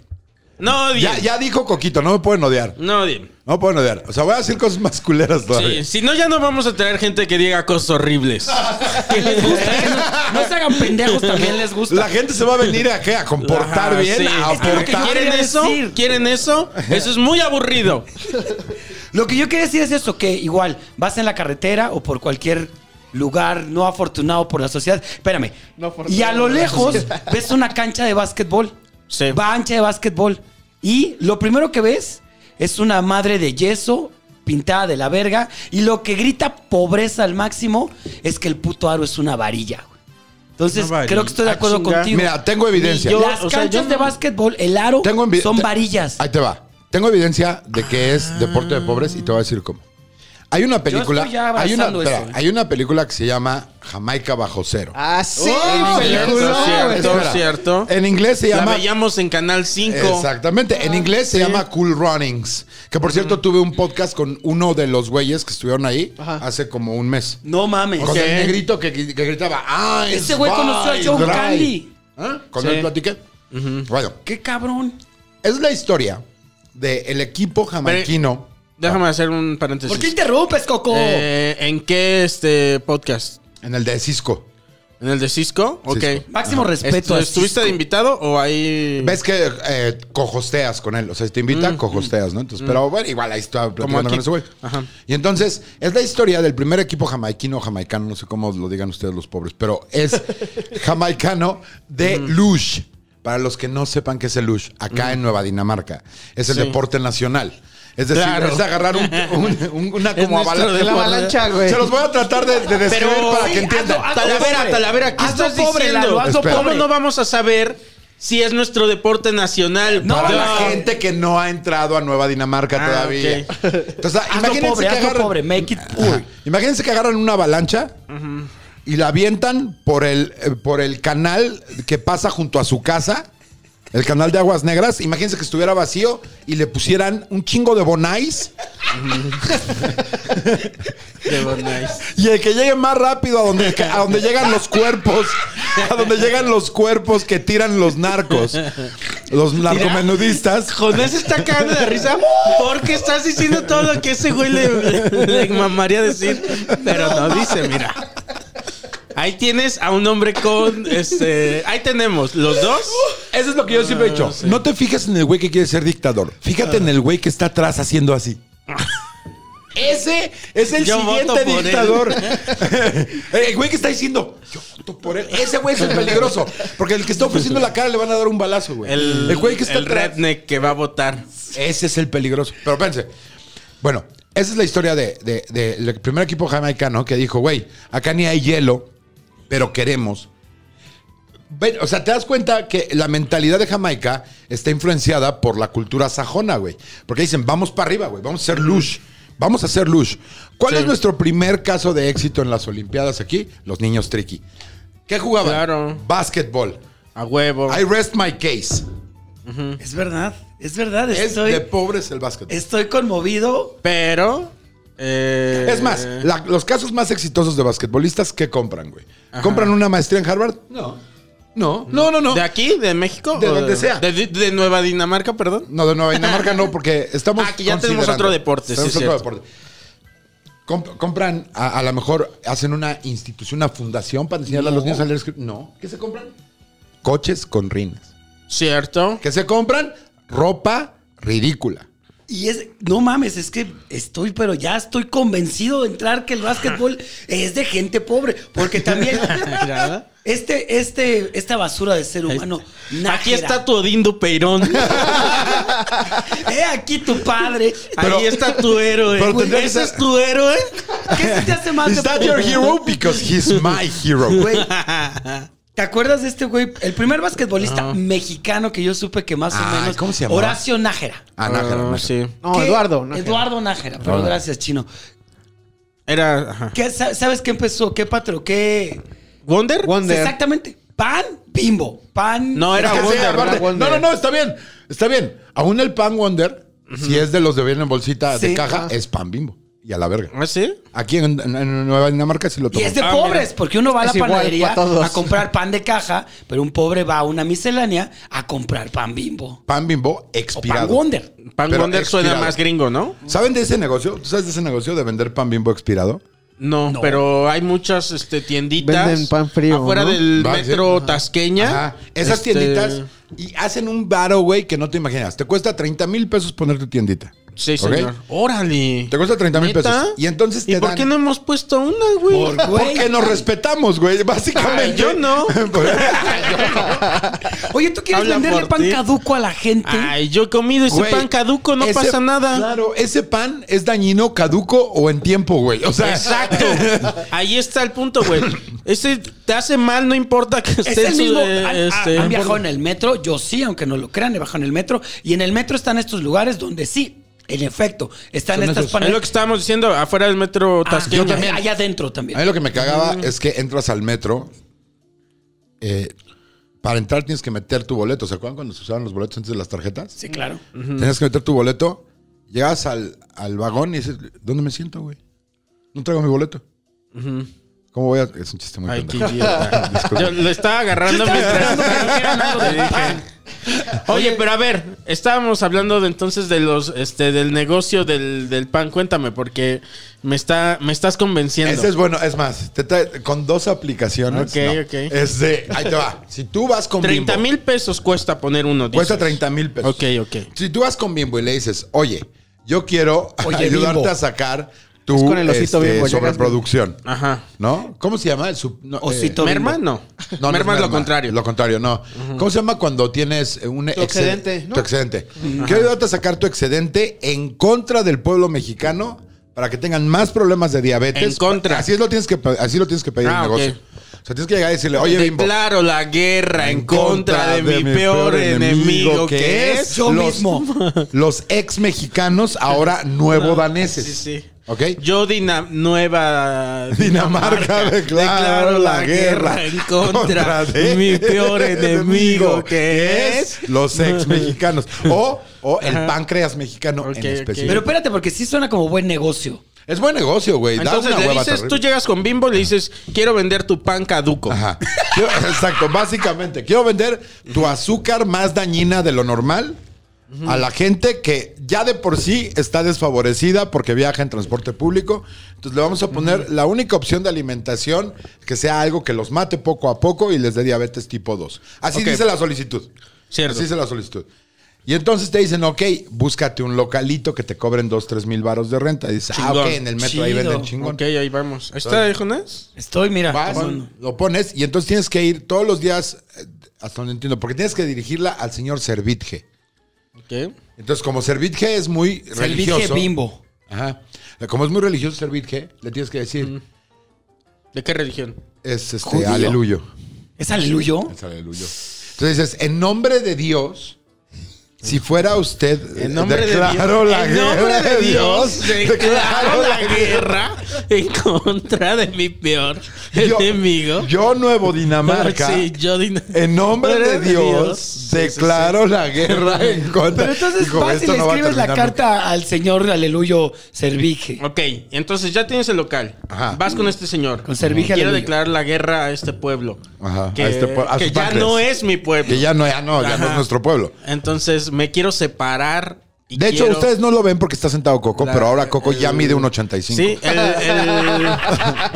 Speaker 3: No odien.
Speaker 4: Ya, ya dijo Coquito, no me pueden odiar.
Speaker 3: No odien.
Speaker 4: No me pueden odiar. O sea, voy a decir cosas más culeras todavía.
Speaker 3: Sí, si no, ya no vamos a traer gente que diga cosas horribles.
Speaker 2: (laughs) que les gusta, que no, ¿eh? no se hagan pendejos, también les gusta.
Speaker 4: La gente se va a venir a, ¿qué? a comportar
Speaker 3: Ajá,
Speaker 4: bien,
Speaker 3: sí.
Speaker 4: a
Speaker 3: Es que lo que
Speaker 4: aportar.
Speaker 3: ¿Quieren
Speaker 2: Quería
Speaker 3: eso?
Speaker 2: decir.
Speaker 3: ¿Quieren eso? Eso es muy aburrido.
Speaker 2: Lo que yo quería decir es eso, que igual vas en la carretera o por cualquier lugar no afortunado por la sociedad. Espérame.
Speaker 6: No afortunado
Speaker 2: y a lo
Speaker 6: por la
Speaker 2: lejos
Speaker 6: sociedad.
Speaker 2: ves una cancha de básquetbol.
Speaker 3: Sí.
Speaker 2: Cancha de básquetbol. Y lo primero que ves es una madre de yeso pintada de la verga. Y lo que grita pobreza al máximo es que el puto aro es una varilla. güey. Entonces,
Speaker 3: Una varilla.
Speaker 2: creo que estoy de acuerdo
Speaker 3: Ah, chinga.
Speaker 2: contigo.
Speaker 4: Mira, tengo evidencia.
Speaker 3: Ni yo-
Speaker 2: Las
Speaker 3: o sea,
Speaker 2: canchas
Speaker 3: yo
Speaker 2: de
Speaker 3: no-
Speaker 2: básquetbol, el aro,
Speaker 4: Tengo envi-
Speaker 2: son
Speaker 4: te-
Speaker 2: varillas.
Speaker 4: Ahí te va. Tengo evidencia de que
Speaker 3: Ah.
Speaker 4: es deporte de pobres y te voy a decir cómo. Hay una película.
Speaker 2: estoy ya
Speaker 4: hay, una,
Speaker 2: abrazando
Speaker 4: espera,
Speaker 2: eso, ¿eh?
Speaker 4: hay una película que se llama Jamaica Bajo Cero.
Speaker 6: Ah, sí,
Speaker 4: Oh,
Speaker 6: película,
Speaker 4: cierto,
Speaker 6: güey.
Speaker 3: cierto. cierto.
Speaker 4: En inglés se
Speaker 3: La Ah,
Speaker 4: llama.
Speaker 3: veíamos en Canal 5.
Speaker 4: Exactamente. En inglés se llama Cool Runnings. Que por
Speaker 3: Mm.
Speaker 4: cierto, tuve un podcast con uno de los güeyes que estuvieron ahí
Speaker 6: Ajá.
Speaker 4: hace como un mes.
Speaker 2: No mames.
Speaker 4: Con
Speaker 3: Ok.
Speaker 4: el negrito que, que gritaba. ¡Ah!
Speaker 2: Ese güey conoció a John Candy.
Speaker 4: Con
Speaker 3: Sí.
Speaker 4: él platiqué. Bueno,
Speaker 2: Qué cabrón.
Speaker 4: es la historia del equipo jamaiquino.
Speaker 3: Déjame hacer un paréntesis.
Speaker 2: ¿Por qué interrumpes, Coco?
Speaker 3: Eh, ¿En qué este podcast?
Speaker 4: En el de Cisco.
Speaker 3: ¿En el de Cisco? Ok.
Speaker 4: Cisco.
Speaker 2: Máximo respeto.
Speaker 3: Estu-
Speaker 2: a
Speaker 3: ¿Estuviste
Speaker 2: Cisco.
Speaker 3: de invitado o ahí?
Speaker 4: Ves que eh, cojosteas con él. O sea, si te invitan, cojosteas, ¿no? Entonces, pero bueno, igual ahí estaba platicando
Speaker 3: Mm, aquí.
Speaker 4: con ese güey.
Speaker 3: Ajá.
Speaker 4: Y entonces, es la historia del primer equipo jamaiquino, jamaicano, no sé cómo lo digan ustedes los pobres, pero
Speaker 3: (laughs)
Speaker 4: es jamaicano de
Speaker 3: Mm.
Speaker 4: lush. Para los que no sepan qué es el lush, acá en Nueva Dinamarca. Es el
Speaker 3: Sí.
Speaker 4: deporte nacional. Es decir,
Speaker 3: Claro.
Speaker 4: es agarrar un- un- un-
Speaker 3: (laughs)
Speaker 4: una
Speaker 3: Es
Speaker 4: como
Speaker 3: nuestro
Speaker 4: avalancha.
Speaker 6: La
Speaker 3: deporte.
Speaker 6: avalancha, güey.
Speaker 4: Se los voy a tratar de, de describir para
Speaker 2: Sí,
Speaker 4: que entiendan.
Speaker 2: hazlo, hazlo
Speaker 3: Talavera,
Speaker 2: pobre.
Speaker 3: Talavera, ¿qué
Speaker 2: Hazlo
Speaker 3: estás
Speaker 2: pobre,
Speaker 3: diciendo?
Speaker 2: Lalo, hazlo
Speaker 4: Espera.
Speaker 3: ¿Cómo
Speaker 2: pobre.
Speaker 3: no vamos a saber si es nuestro deporte nacional?
Speaker 2: No,
Speaker 4: para
Speaker 2: no.
Speaker 4: la gente que no ha entrado a Nueva Dinamarca
Speaker 3: Ah,
Speaker 4: todavía.
Speaker 3: ok.
Speaker 4: (laughs) Entonces,
Speaker 2: Hazlo
Speaker 4: imagínense
Speaker 2: pobre,
Speaker 4: que
Speaker 2: hazlo
Speaker 4: agarran,
Speaker 2: pobre. Make it
Speaker 4: Ajá.
Speaker 2: poor.
Speaker 4: Imagínense que agarran una avalancha y la avientan por el, eh, por el canal que pasa junto a su casa. el canal de Aguas Negras, imagínense que estuviera vacío y le pusieran un chingo de bonais
Speaker 3: De Bonais.
Speaker 4: y el que llegue más rápido a donde, a donde llegan los cuerpos, a donde llegan los cuerpos que tiran los narcos, los narcomenudistas.
Speaker 3: Jonás está cagando de risa porque estás diciendo todo lo que ese güey le, le mamaría decir, pero no dice, mira. Ahí tienes a un hombre con este. Ahí tenemos los dos.
Speaker 4: Eso es lo que yo siempre he
Speaker 3: Ah,
Speaker 4: dicho. No te fijas en el güey que quiere ser dictador. Fíjate en el güey que está atrás haciendo así. Ese es el
Speaker 3: Yo voto
Speaker 4: siguiente
Speaker 3: por él.
Speaker 4: dictador. (laughs) el güey que está diciendo, yo voto por él. Ese güey es el peligroso. Porque el que está ofreciendo la cara le van a dar un balazo, güey.
Speaker 3: El,
Speaker 4: güey que está
Speaker 3: el
Speaker 4: atrás.
Speaker 3: redneck que va a votar.
Speaker 4: Ese es el peligroso. Pero espérense. Bueno, esa es la historia del de, de- del primer equipo jamaicano que dijo, güey, acá ni hay hielo, pero queremos. Ven, o sea, te das cuenta que la mentalidad de Jamaica está influenciada por la cultura sajona, güey. Porque dicen, vamos para arriba, güey, vamos a ser lush. Vamos a ser lush. ¿Cuál es nuestro primer caso de éxito en las Olimpiadas aquí? Los niños tricky. ¿Qué jugaban?
Speaker 3: Claro.
Speaker 4: Básquetbol.
Speaker 3: A huevo.
Speaker 4: I rest my case.
Speaker 2: Es verdad, es verdad.
Speaker 4: Es
Speaker 2: Estoy,
Speaker 4: de pobres el básquetbol.
Speaker 2: estoy conmovido.
Speaker 3: Pero. eh,
Speaker 4: Es más, la- los casos más exitosos de basquetbolistas, ¿qué compran, güey? ¿Compran una maestría en Harvard? No. No, no, no, no.
Speaker 3: ¿De aquí? ¿De México?
Speaker 4: De
Speaker 3: ¿O
Speaker 4: donde sea.
Speaker 3: De, de Nueva Dinamarca, perdón.
Speaker 4: No, de Nueva Dinamarca no, porque estamos.
Speaker 3: (laughs) Ah, que ya tenemos
Speaker 4: considerando.
Speaker 3: otro deporte, sí,
Speaker 4: Tenemos
Speaker 3: es
Speaker 4: otro
Speaker 3: cierto.
Speaker 4: deporte. Comp- compran, a, a lo mejor hacen una institución, una fundación para enseñarle a los niños a leer escribir. No. ¿Qué se compran? Coches con rinas.
Speaker 3: Cierto.
Speaker 4: ¿Qué se compran? Ropa ridícula.
Speaker 2: Y es, no mames, es que estoy, pero ya estoy convencido de entrar que el básquetbol es de gente pobre. Porque
Speaker 4: (laughs)
Speaker 2: también
Speaker 3: Mira.
Speaker 2: este, este, esta basura de ser humano.
Speaker 3: Aquí
Speaker 2: nájera.
Speaker 3: está tu Odindo (laughs) Peirón. Ah,
Speaker 2: (laughs) He Eh, aquí tu padre.
Speaker 3: Ahí
Speaker 4: (laughs)
Speaker 3: está tu héroe.
Speaker 4: pero tendría que
Speaker 3: Ese
Speaker 4: ser-
Speaker 3: es tu héroe.
Speaker 2: ¿Qué se te hace más
Speaker 4: Is
Speaker 2: de
Speaker 4: that
Speaker 2: pobre?
Speaker 4: your hero? Because he's my hero.
Speaker 2: Güey, ¿Te acuerdas de este güey? El primer basquetbolista mexicano que yo supe que más o
Speaker 4: Ay,
Speaker 2: menos.
Speaker 4: ¿cómo se llamaba?
Speaker 2: Horacio Nájera.
Speaker 4: Ah, nájera,
Speaker 3: Ah,
Speaker 4: nájera.
Speaker 3: sí.
Speaker 6: No,
Speaker 2: ¿Qué?
Speaker 6: Eduardo. no,
Speaker 2: Eduardo Nájera. Pero gracias, chino.
Speaker 3: Era. ajá.
Speaker 2: ¿Qué- sa- ¿Sabes qué empezó? ¿Qué patro? ¿Qué?
Speaker 3: ¿Wonder?
Speaker 6: Wonder.
Speaker 2: Exactamente. Pan bimbo. Pan.
Speaker 3: No, era
Speaker 4: Es que sí,
Speaker 3: Wonder.
Speaker 4: aparte-
Speaker 3: era Wonder.
Speaker 4: No, no, no, está bien. Está bien. Aún el pan Wonder, si es de los de bien en bolsita de
Speaker 2: Sí.
Speaker 4: caja, es pan bimbo. Y a la verga.
Speaker 3: ¿Ah, sí?
Speaker 4: Aquí en, en- en Nueva Dinamarca sí lo
Speaker 2: Y
Speaker 4: toman.
Speaker 2: es de
Speaker 3: Ah,
Speaker 2: pobres,
Speaker 3: mira.
Speaker 2: porque uno va a la
Speaker 6: Es igual
Speaker 2: panadería
Speaker 6: para todos.
Speaker 2: a comprar pan de caja, pero un pobre va a una miscelánea a comprar pan bimbo.
Speaker 4: Pan bimbo
Speaker 2: O
Speaker 4: expirado.
Speaker 2: pan Wonder.
Speaker 3: Pan
Speaker 4: Pero
Speaker 3: Wonder suena
Speaker 4: expirado.
Speaker 3: más gringo, ¿no?
Speaker 4: ¿Saben de ese negocio? ¿Tú sabes de ese negocio de vender pan bimbo expirado?
Speaker 3: No,
Speaker 2: No.
Speaker 3: pero hay muchas este, tienditas.
Speaker 6: Venden pan frío,
Speaker 3: Afuera
Speaker 6: ¿no?
Speaker 3: del
Speaker 4: Va, sí.
Speaker 3: metro
Speaker 4: Ajá.
Speaker 3: Tasqueña.
Speaker 4: Ajá. Esas
Speaker 3: Este,
Speaker 4: tienditas y hacen un baro, güey, que no te imaginas. Te cuesta 30 mil pesos poner tu tiendita.
Speaker 3: Sí,
Speaker 4: ¿Ok?
Speaker 3: señor. Órale.
Speaker 4: Te cuesta 30 mil
Speaker 3: ¿Neta?
Speaker 4: pesos. Y entonces te
Speaker 3: ¿Y por
Speaker 4: dan-
Speaker 3: qué no hemos puesto una, güey?
Speaker 4: Porque nos respetamos, güey, básicamente.
Speaker 3: Ay, yo no.
Speaker 4: (laughs)
Speaker 2: Oye, ¿tú quieres
Speaker 3: Habla
Speaker 2: venderle
Speaker 3: por
Speaker 2: pan
Speaker 3: ti.
Speaker 2: caduco a la gente?
Speaker 3: Ay, yo he comido ese
Speaker 4: Güey,
Speaker 3: pan caduco, no
Speaker 4: ese-
Speaker 3: pasa nada.
Speaker 4: Claro, ese pan es dañino, caduco o en tiempo, güey. O sea, (laughs)
Speaker 3: Exacto. Ahí está el punto, güey. Ese te hace mal, no importa que esté
Speaker 2: Es el
Speaker 3: en su-
Speaker 2: mismo.
Speaker 3: eh,
Speaker 2: ¿Han, ha-
Speaker 3: este,
Speaker 2: han viajado en el metro? Yo sí, aunque no lo crean, he bajado en el metro. Y en el metro están estos lugares donde sí, en efecto, están estas
Speaker 3: Es lo que
Speaker 2: panaderías.
Speaker 3: estábamos diciendo, afuera del metro
Speaker 2: Ah,
Speaker 3: Tasqueña.
Speaker 2: yo también. Allá adentro también.
Speaker 4: a mí lo que me cagaba es que entras al metro. eh, para entrar tienes que meter tu boleto. ¿Se acuerdan cuando se usaban los boletos antes de las tarjetas?
Speaker 2: Sí, claro.
Speaker 4: Tenías que meter tu boleto. Llegabas al, al vagón y dices, ¿dónde me siento, güey? No traigo mi boleto. ¿Cómo voy a...? Es un chiste muy
Speaker 3: Ay, qué
Speaker 4: pendejo.
Speaker 3: idiota.
Speaker 4: Disculpa.
Speaker 3: Yo lo estaba agarrando
Speaker 2: Yo estaba esperando que
Speaker 3: mientras.
Speaker 2: dijeran
Speaker 3: (laughs)
Speaker 2: algo de pan.
Speaker 3: Oye, pero a ver, estábamos hablando de entonces de los, este, del negocio del, del pan. Cuéntame, porque me está, me estás convenciendo.
Speaker 4: Ese es bueno, es más, te trae- con dos aplicaciones.
Speaker 3: Ok,
Speaker 4: no.
Speaker 3: ok.
Speaker 4: Es de, ahí te va. Si tú vas con
Speaker 3: 30
Speaker 4: Bimbo,
Speaker 3: mil pesos cuesta poner uno. dices.
Speaker 4: cuesta 30 mil pesos.
Speaker 3: Ok, ok.
Speaker 4: Si tú vas con Bimbo y le dices, oye, yo quiero (laughs)
Speaker 2: Oye,
Speaker 4: ayudarte
Speaker 2: Bimbo.
Speaker 4: a sacar tu
Speaker 6: Es con el osito
Speaker 4: este,
Speaker 6: Bimbo, llegas-
Speaker 4: sobreproducción.
Speaker 3: Ajá.
Speaker 4: ¿No? ¿Cómo se llama? El sub- no, eh,
Speaker 2: Osito
Speaker 3: Merma, no.
Speaker 4: no, no
Speaker 3: Merma es lo contrario.
Speaker 4: Lo contrario, no. ¿Cómo se llama cuando tienes eh, un
Speaker 6: Tu excedente,
Speaker 4: exced-
Speaker 6: ¿no?
Speaker 4: Tu excedente. Quiero ayudarte a sacar tu excedente en contra del pueblo mexicano para que tengan más problemas de diabetes.
Speaker 3: En contra.
Speaker 4: Así es lo tienes que, pe- así lo tienes que pedir
Speaker 3: Ah,
Speaker 4: en el negocio.
Speaker 3: ok.
Speaker 4: O sea, tienes que llegar y decirle, oye, Bimbo.
Speaker 3: Declaro la guerra en contra de mi peor enemigo que es.
Speaker 2: yo
Speaker 4: los, (laughs)
Speaker 2: mismo.
Speaker 3: (laughs)
Speaker 4: Los ex mexicanos, ahora nuevo daneses.
Speaker 3: Ah, Sí, sí.
Speaker 4: ¿Ok?
Speaker 3: Yo Dina- nueva
Speaker 4: (laughs) Dinamarca declaro la guerra (laughs)
Speaker 3: en contra, de
Speaker 4: de
Speaker 3: mi peor enemigo que es (laughs)
Speaker 4: los ex mexicanos o, o el páncreas mexicano
Speaker 3: Ok, pues, ok.
Speaker 4: en específico.
Speaker 2: Pero espérate, porque sí suena como buen negocio.
Speaker 4: es buen negocio, güey. Da
Speaker 3: Entonces
Speaker 4: una
Speaker 3: le
Speaker 4: hueva
Speaker 3: dices,
Speaker 4: terrible.
Speaker 3: tú llegas con Bimbo, le dices, quiero vender tu pan caduco.
Speaker 4: Ajá. Quiero- (laughs) exacto, básicamente. Quiero vender tu azúcar más dañina de lo normal a la gente que ya de por sí está desfavorecida porque viaja en transporte público. Entonces le vamos a poner la única opción de alimentación que sea algo que los mate poco a poco y les dé diabetes tipo 2. Así
Speaker 3: Ok.
Speaker 4: dice la solicitud.
Speaker 3: Cierto.
Speaker 4: Así dice la solicitud. Y entonces te dicen, ok, búscate un localito que te cobren 2, 3 mil varos de renta. Y dices, ah,
Speaker 3: Chingón.
Speaker 4: ok, en el metro ahí
Speaker 2: Chido.
Speaker 4: venden chingón.
Speaker 3: Ok, ahí vamos. Ahí está, Jonás.
Speaker 2: Estoy, mira.
Speaker 4: Vas,
Speaker 2: tomando.
Speaker 4: lo pones y entonces tienes que ir todos los días, eh, hasta donde entiendo, porque tienes que dirigirla al señor Servitje.
Speaker 3: Ok.
Speaker 4: Entonces, como Servitje es muy religioso.
Speaker 2: Servicio bimbo.
Speaker 4: Ajá. Como es muy religioso Servitje, le tienes que decir,
Speaker 3: Mm. ¿De qué religión?
Speaker 4: es este,
Speaker 2: Judío.
Speaker 4: aleluyo.
Speaker 2: ¿Es aleluyo?
Speaker 4: Es aleluyo. Entonces dices, en nombre de Dios, si fuera usted,
Speaker 3: (laughs) En nombre
Speaker 4: declaro
Speaker 3: de Dios.
Speaker 4: Eh, la
Speaker 3: en
Speaker 4: guerra
Speaker 3: nombre de Dios, (laughs)
Speaker 4: declaro
Speaker 3: declaro la guerra en contra de mi peor
Speaker 4: Yo-
Speaker 3: enemigo.
Speaker 4: Yo, Nuevo Dinamarca.
Speaker 3: (laughs) Sí, yo din-
Speaker 4: En nombre de
Speaker 3: Nombre
Speaker 4: Dios,
Speaker 3: Sí,
Speaker 4: declaro la guerra
Speaker 3: (laughs)
Speaker 4: en contra.
Speaker 2: Pero entonces
Speaker 4: Dijo,
Speaker 2: vas y
Speaker 4: "Esto
Speaker 2: le
Speaker 4: no va a
Speaker 2: escribes la
Speaker 4: terminar nunca".
Speaker 2: carta al señor aleluyo Servije.
Speaker 3: sí. Ok, entonces ya tienes el local.
Speaker 4: Ajá.
Speaker 3: Vas con este señor.
Speaker 2: Con Servije
Speaker 3: Quiero
Speaker 2: Aleluya.
Speaker 3: declarar la guerra a este pueblo.
Speaker 4: Ajá,
Speaker 3: Que,
Speaker 4: a este pueblo, a
Speaker 3: que
Speaker 4: sus
Speaker 3: ya
Speaker 4: páncreas.
Speaker 3: no es mi pueblo.
Speaker 4: Que ya no, ya no, ya no
Speaker 3: Ajá.
Speaker 4: es nuestro pueblo.
Speaker 3: Entonces me quiero separar. y
Speaker 4: De hecho,
Speaker 3: quiero-
Speaker 4: ustedes no lo ven porque está sentado Coco,
Speaker 3: La-
Speaker 4: pero
Speaker 2: eh,
Speaker 4: ahora Coco ya
Speaker 3: el-
Speaker 4: mide un 85.
Speaker 3: Sí, el, el-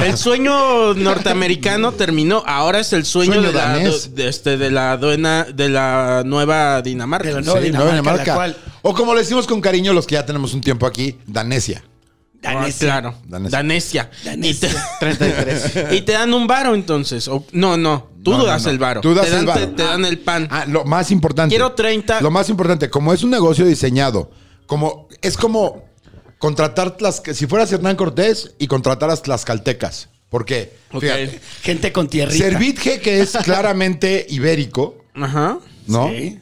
Speaker 3: el sueño norteamericano terminó. Ahora es el sueño,
Speaker 4: Sueño
Speaker 3: de, la,
Speaker 4: danés.
Speaker 3: du- de este, de la duena, de la nueva Dinamarca.
Speaker 2: De la
Speaker 4: Sí,
Speaker 2: nueva Dinamarca,
Speaker 4: Nueva
Speaker 2: la
Speaker 4: Dinamarca.
Speaker 2: cual-
Speaker 4: O como le decimos con cariño los que ya tenemos un tiempo aquí, Danesia.
Speaker 2: Danesia.
Speaker 3: Ah, claro.
Speaker 4: Danesia.
Speaker 3: Danesia.
Speaker 2: Danesia.
Speaker 4: (laughs)
Speaker 3: Y te- Y te dan un varo entonces. O- no, no. Tú
Speaker 4: No, no,
Speaker 3: das
Speaker 4: no.
Speaker 3: el varo.
Speaker 4: Tú das
Speaker 3: te
Speaker 4: el
Speaker 3: dan,
Speaker 4: varo.
Speaker 3: Te, te dan el pan.
Speaker 4: Ah, lo más importante.
Speaker 3: Quiero 30.
Speaker 4: Lo más importante, como es un negocio diseñado, como es como contratar las que si fueras Hernán Cortés y contrataras las caltecas. Porque,
Speaker 3: Ok.
Speaker 4: fíjate,
Speaker 2: Gente con tierrita.
Speaker 4: Servitje, que es claramente ibérico,
Speaker 3: Ajá.
Speaker 4: ¿no?
Speaker 2: Sí.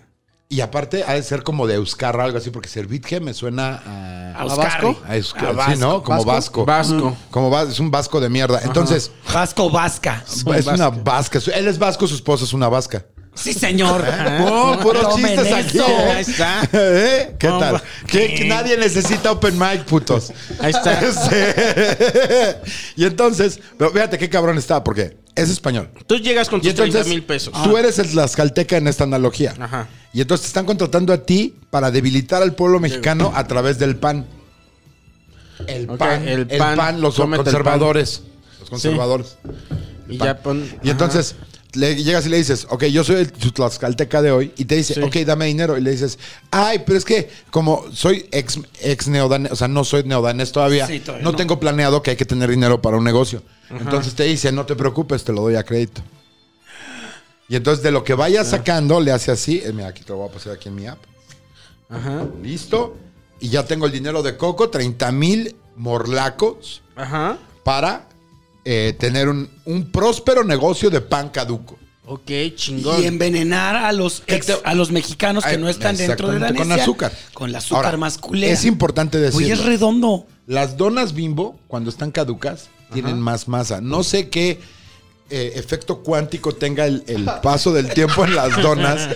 Speaker 4: Y aparte ha de ser como de Euskarra, algo así, porque Servitje me suena a...
Speaker 2: A Euskarri.
Speaker 4: ¿A Vasco? A Euskarri,
Speaker 2: A
Speaker 4: sí, ¿no? Como vasco.
Speaker 3: Vasco.
Speaker 4: Como vas- es un vasco de mierda. Entonces,
Speaker 2: Vasco Vasca.
Speaker 4: es una vasca. Su- Él es vasco, su esposa es una vasca.
Speaker 2: Sí, señor.
Speaker 4: ¡Oh, puros
Speaker 2: Ah, Tomen
Speaker 4: chistes aquí!
Speaker 2: eso.
Speaker 4: ¿eh?
Speaker 3: Ahí está.
Speaker 4: (laughs) ¿Eh? ¿Qué tal?
Speaker 3: Hombre.
Speaker 4: Que que nadie necesita open mic, putos.
Speaker 3: Ahí está.
Speaker 4: (laughs) Este, (laughs) y entonces, pero fíjate qué cabrón está, porque es español.
Speaker 3: Tú llegas con
Speaker 4: Y
Speaker 3: tus 30
Speaker 4: entonces,
Speaker 3: mil pesos.
Speaker 4: tú eres el Tlaxcalteca en esta analogía.
Speaker 3: Ajá.
Speaker 4: Y entonces te están contratando a ti para debilitar al pueblo mexicano a través del PAN. El
Speaker 3: Ok,
Speaker 4: PAN,
Speaker 3: el
Speaker 4: el
Speaker 3: PAN,
Speaker 4: PAN, los
Speaker 3: cómete el
Speaker 4: conservadores. Los conservadores.
Speaker 3: Y ya pon-
Speaker 4: Y entonces le llegas y le dices, ok, yo soy el tu Tlaxcalteca de hoy. Y te dice,
Speaker 3: Sí.
Speaker 4: ok, dame dinero. Y le dices, ay, pero es que como soy ex, ex neodanés, o sea, no soy neodanés todavía,
Speaker 2: Sí, todavía
Speaker 4: no,
Speaker 2: no.
Speaker 4: tengo planeado que hay que tener dinero para un negocio. Entonces te dice, no te preocupes, te lo doy a crédito. Y entonces de lo que
Speaker 3: Ah.
Speaker 4: vaya sacando, le hace así. Eh, mira, aquí te lo voy a pasar aquí en mi app.
Speaker 3: Ajá.
Speaker 4: Listo. Y ya tengo el dinero de Coco, 30 mil morlacos
Speaker 3: Ajá.
Speaker 4: para eh, tener un, un próspero negocio de pan caduco.
Speaker 3: Ok,
Speaker 2: Y
Speaker 3: chingón.
Speaker 2: envenenar a los, ex- a los mexicanos que
Speaker 4: Ay,
Speaker 2: no están dentro de la
Speaker 4: exactamente, Con azúcar.
Speaker 2: Con la azúcar
Speaker 4: Ahora,
Speaker 2: más culera.
Speaker 4: Es importante
Speaker 2: Oye,
Speaker 4: decir.
Speaker 2: es redondo.
Speaker 4: Las donas bimbo, cuando están caducas, tienen más masa. No sé qué eh, efecto cuántico tenga el, el paso del tiempo en las donas.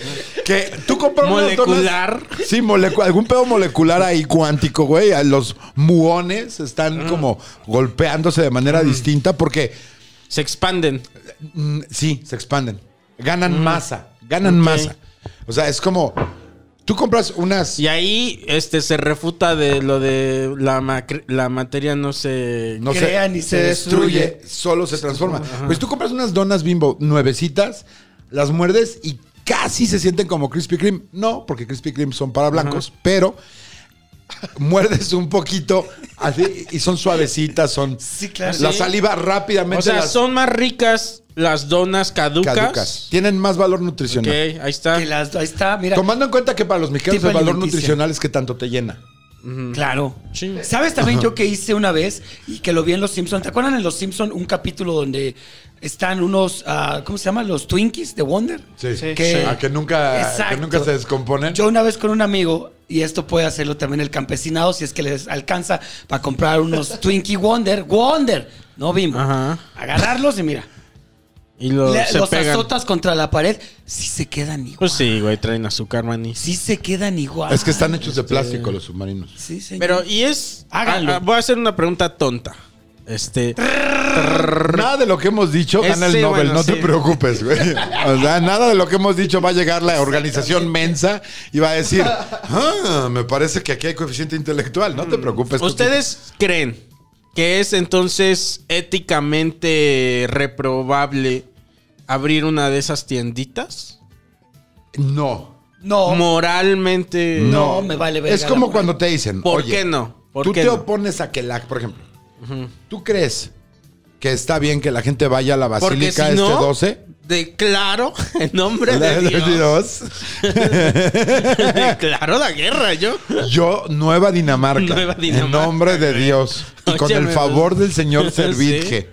Speaker 4: Que tú compras unas donas-
Speaker 3: Molecular.
Speaker 4: Sí, molecu- algún pedo molecular ahí cuántico, güey. A Los muones están como golpeándose de manera distinta porque
Speaker 3: Se expanden.
Speaker 4: Mm, sí, se expanden. Ganan masa. Ganan masa. O sea, es como. Tú compras unas.
Speaker 3: Y ahí este, se refuta de lo de la, macre- la materia no se...
Speaker 4: No
Speaker 2: crea
Speaker 4: se,
Speaker 2: ni
Speaker 4: se
Speaker 2: se
Speaker 4: destruye, solo se transforma. Pues tú compras unas donas bimbo nuevecitas, las muerdes y casi se sienten como Krispy Kreme. No, porque Krispy Kreme son para blancos, pero (laughs) muerdes un poquito así y son suavecitas, son.
Speaker 2: Sí, claro.
Speaker 4: La
Speaker 3: Sí.
Speaker 4: saliva rápidamente
Speaker 3: O sea,
Speaker 4: las
Speaker 3: son más ricas las donas caducas.
Speaker 4: caducas. Tienen más valor
Speaker 3: Ok,
Speaker 4: nutricional.
Speaker 3: ahí está.
Speaker 2: Que las- ahí está, mira.
Speaker 4: Tomando en cuenta que para los mexicanos
Speaker 2: Tipo
Speaker 4: el valor
Speaker 2: alimenticio.
Speaker 4: nutricional es que tanto te llena.
Speaker 2: Claro.
Speaker 3: Chinga.
Speaker 2: ¿Sabes también yo que hice una vez y que lo vi en Los Simpsons? ¿Te acuerdan en Los Simpsons un capítulo donde están unos, ah, ¿cómo se llaman? Los Twinkies de Wonder.
Speaker 4: Sí.
Speaker 6: Sí.
Speaker 4: Que, ah, que nunca,
Speaker 2: Exacto.
Speaker 4: que nunca se descomponen.
Speaker 2: Yo una vez con un amigo y esto puede hacerlo también el campesinado si es que les alcanza para comprar unos Twinkie Wonder. Wonder, no Bimbo.
Speaker 3: Ajá.
Speaker 2: Agarrarlos y mira,
Speaker 3: Y lo,
Speaker 2: le-
Speaker 3: se
Speaker 2: los
Speaker 3: pegan.
Speaker 2: azotas contra la pared, sí se quedan igual.
Speaker 3: Pues sí, güey, traen azúcar, maní.
Speaker 2: Sí se quedan igual.
Speaker 4: Es que están hechos de plástico los submarinos.
Speaker 2: Sí, señor.
Speaker 3: Pero, y es.
Speaker 2: Háganlo. Pues,
Speaker 3: Ah, ah, voy a hacer una pregunta tonta. Este.
Speaker 4: Nada de lo que hemos dicho gana
Speaker 3: Ese,
Speaker 4: el Nobel,
Speaker 3: bueno,
Speaker 4: no
Speaker 3: sí.
Speaker 4: te preocupes, güey. O sea, nada de lo que hemos dicho va a llegar la organización mensa y va a decir, "Ah, me parece que aquí hay coeficiente intelectual, no te
Speaker 2: pues,
Speaker 4: preocupes.
Speaker 3: Mm. ¿Ustedes creen que es entonces éticamente reprobable abrir una de esas tienditas?
Speaker 4: No.
Speaker 2: no,
Speaker 3: Moralmente.
Speaker 2: No, me vale verga
Speaker 4: Es
Speaker 2: la
Speaker 4: como
Speaker 2: moral.
Speaker 4: cuando te dicen,
Speaker 3: ¿Por
Speaker 4: "Oye,
Speaker 3: qué no? ¿Por
Speaker 4: tú
Speaker 3: qué
Speaker 4: te
Speaker 3: no?
Speaker 4: opones a que la, por ejemplo, ¿tú crees que está bien que la gente vaya a la
Speaker 3: Porque
Speaker 4: basílica
Speaker 3: si
Speaker 4: este
Speaker 3: no,
Speaker 4: 12?
Speaker 3: declaro (laughs) en nombre
Speaker 4: (laughs) La
Speaker 3: de
Speaker 4: del
Speaker 3: Dios.
Speaker 4: 22.
Speaker 3: (laughs) declaro la guerra, yo.
Speaker 4: Yo, Nueva
Speaker 3: (laughs)
Speaker 4: Dinamarca,
Speaker 3: Nueva Dinamarca,
Speaker 4: en nombre de Dios y con
Speaker 3: Óyeme,
Speaker 4: el favor
Speaker 3: pues.
Speaker 4: del
Speaker 3: (laughs)
Speaker 4: Señor
Speaker 3: Sí.
Speaker 4: Servidje.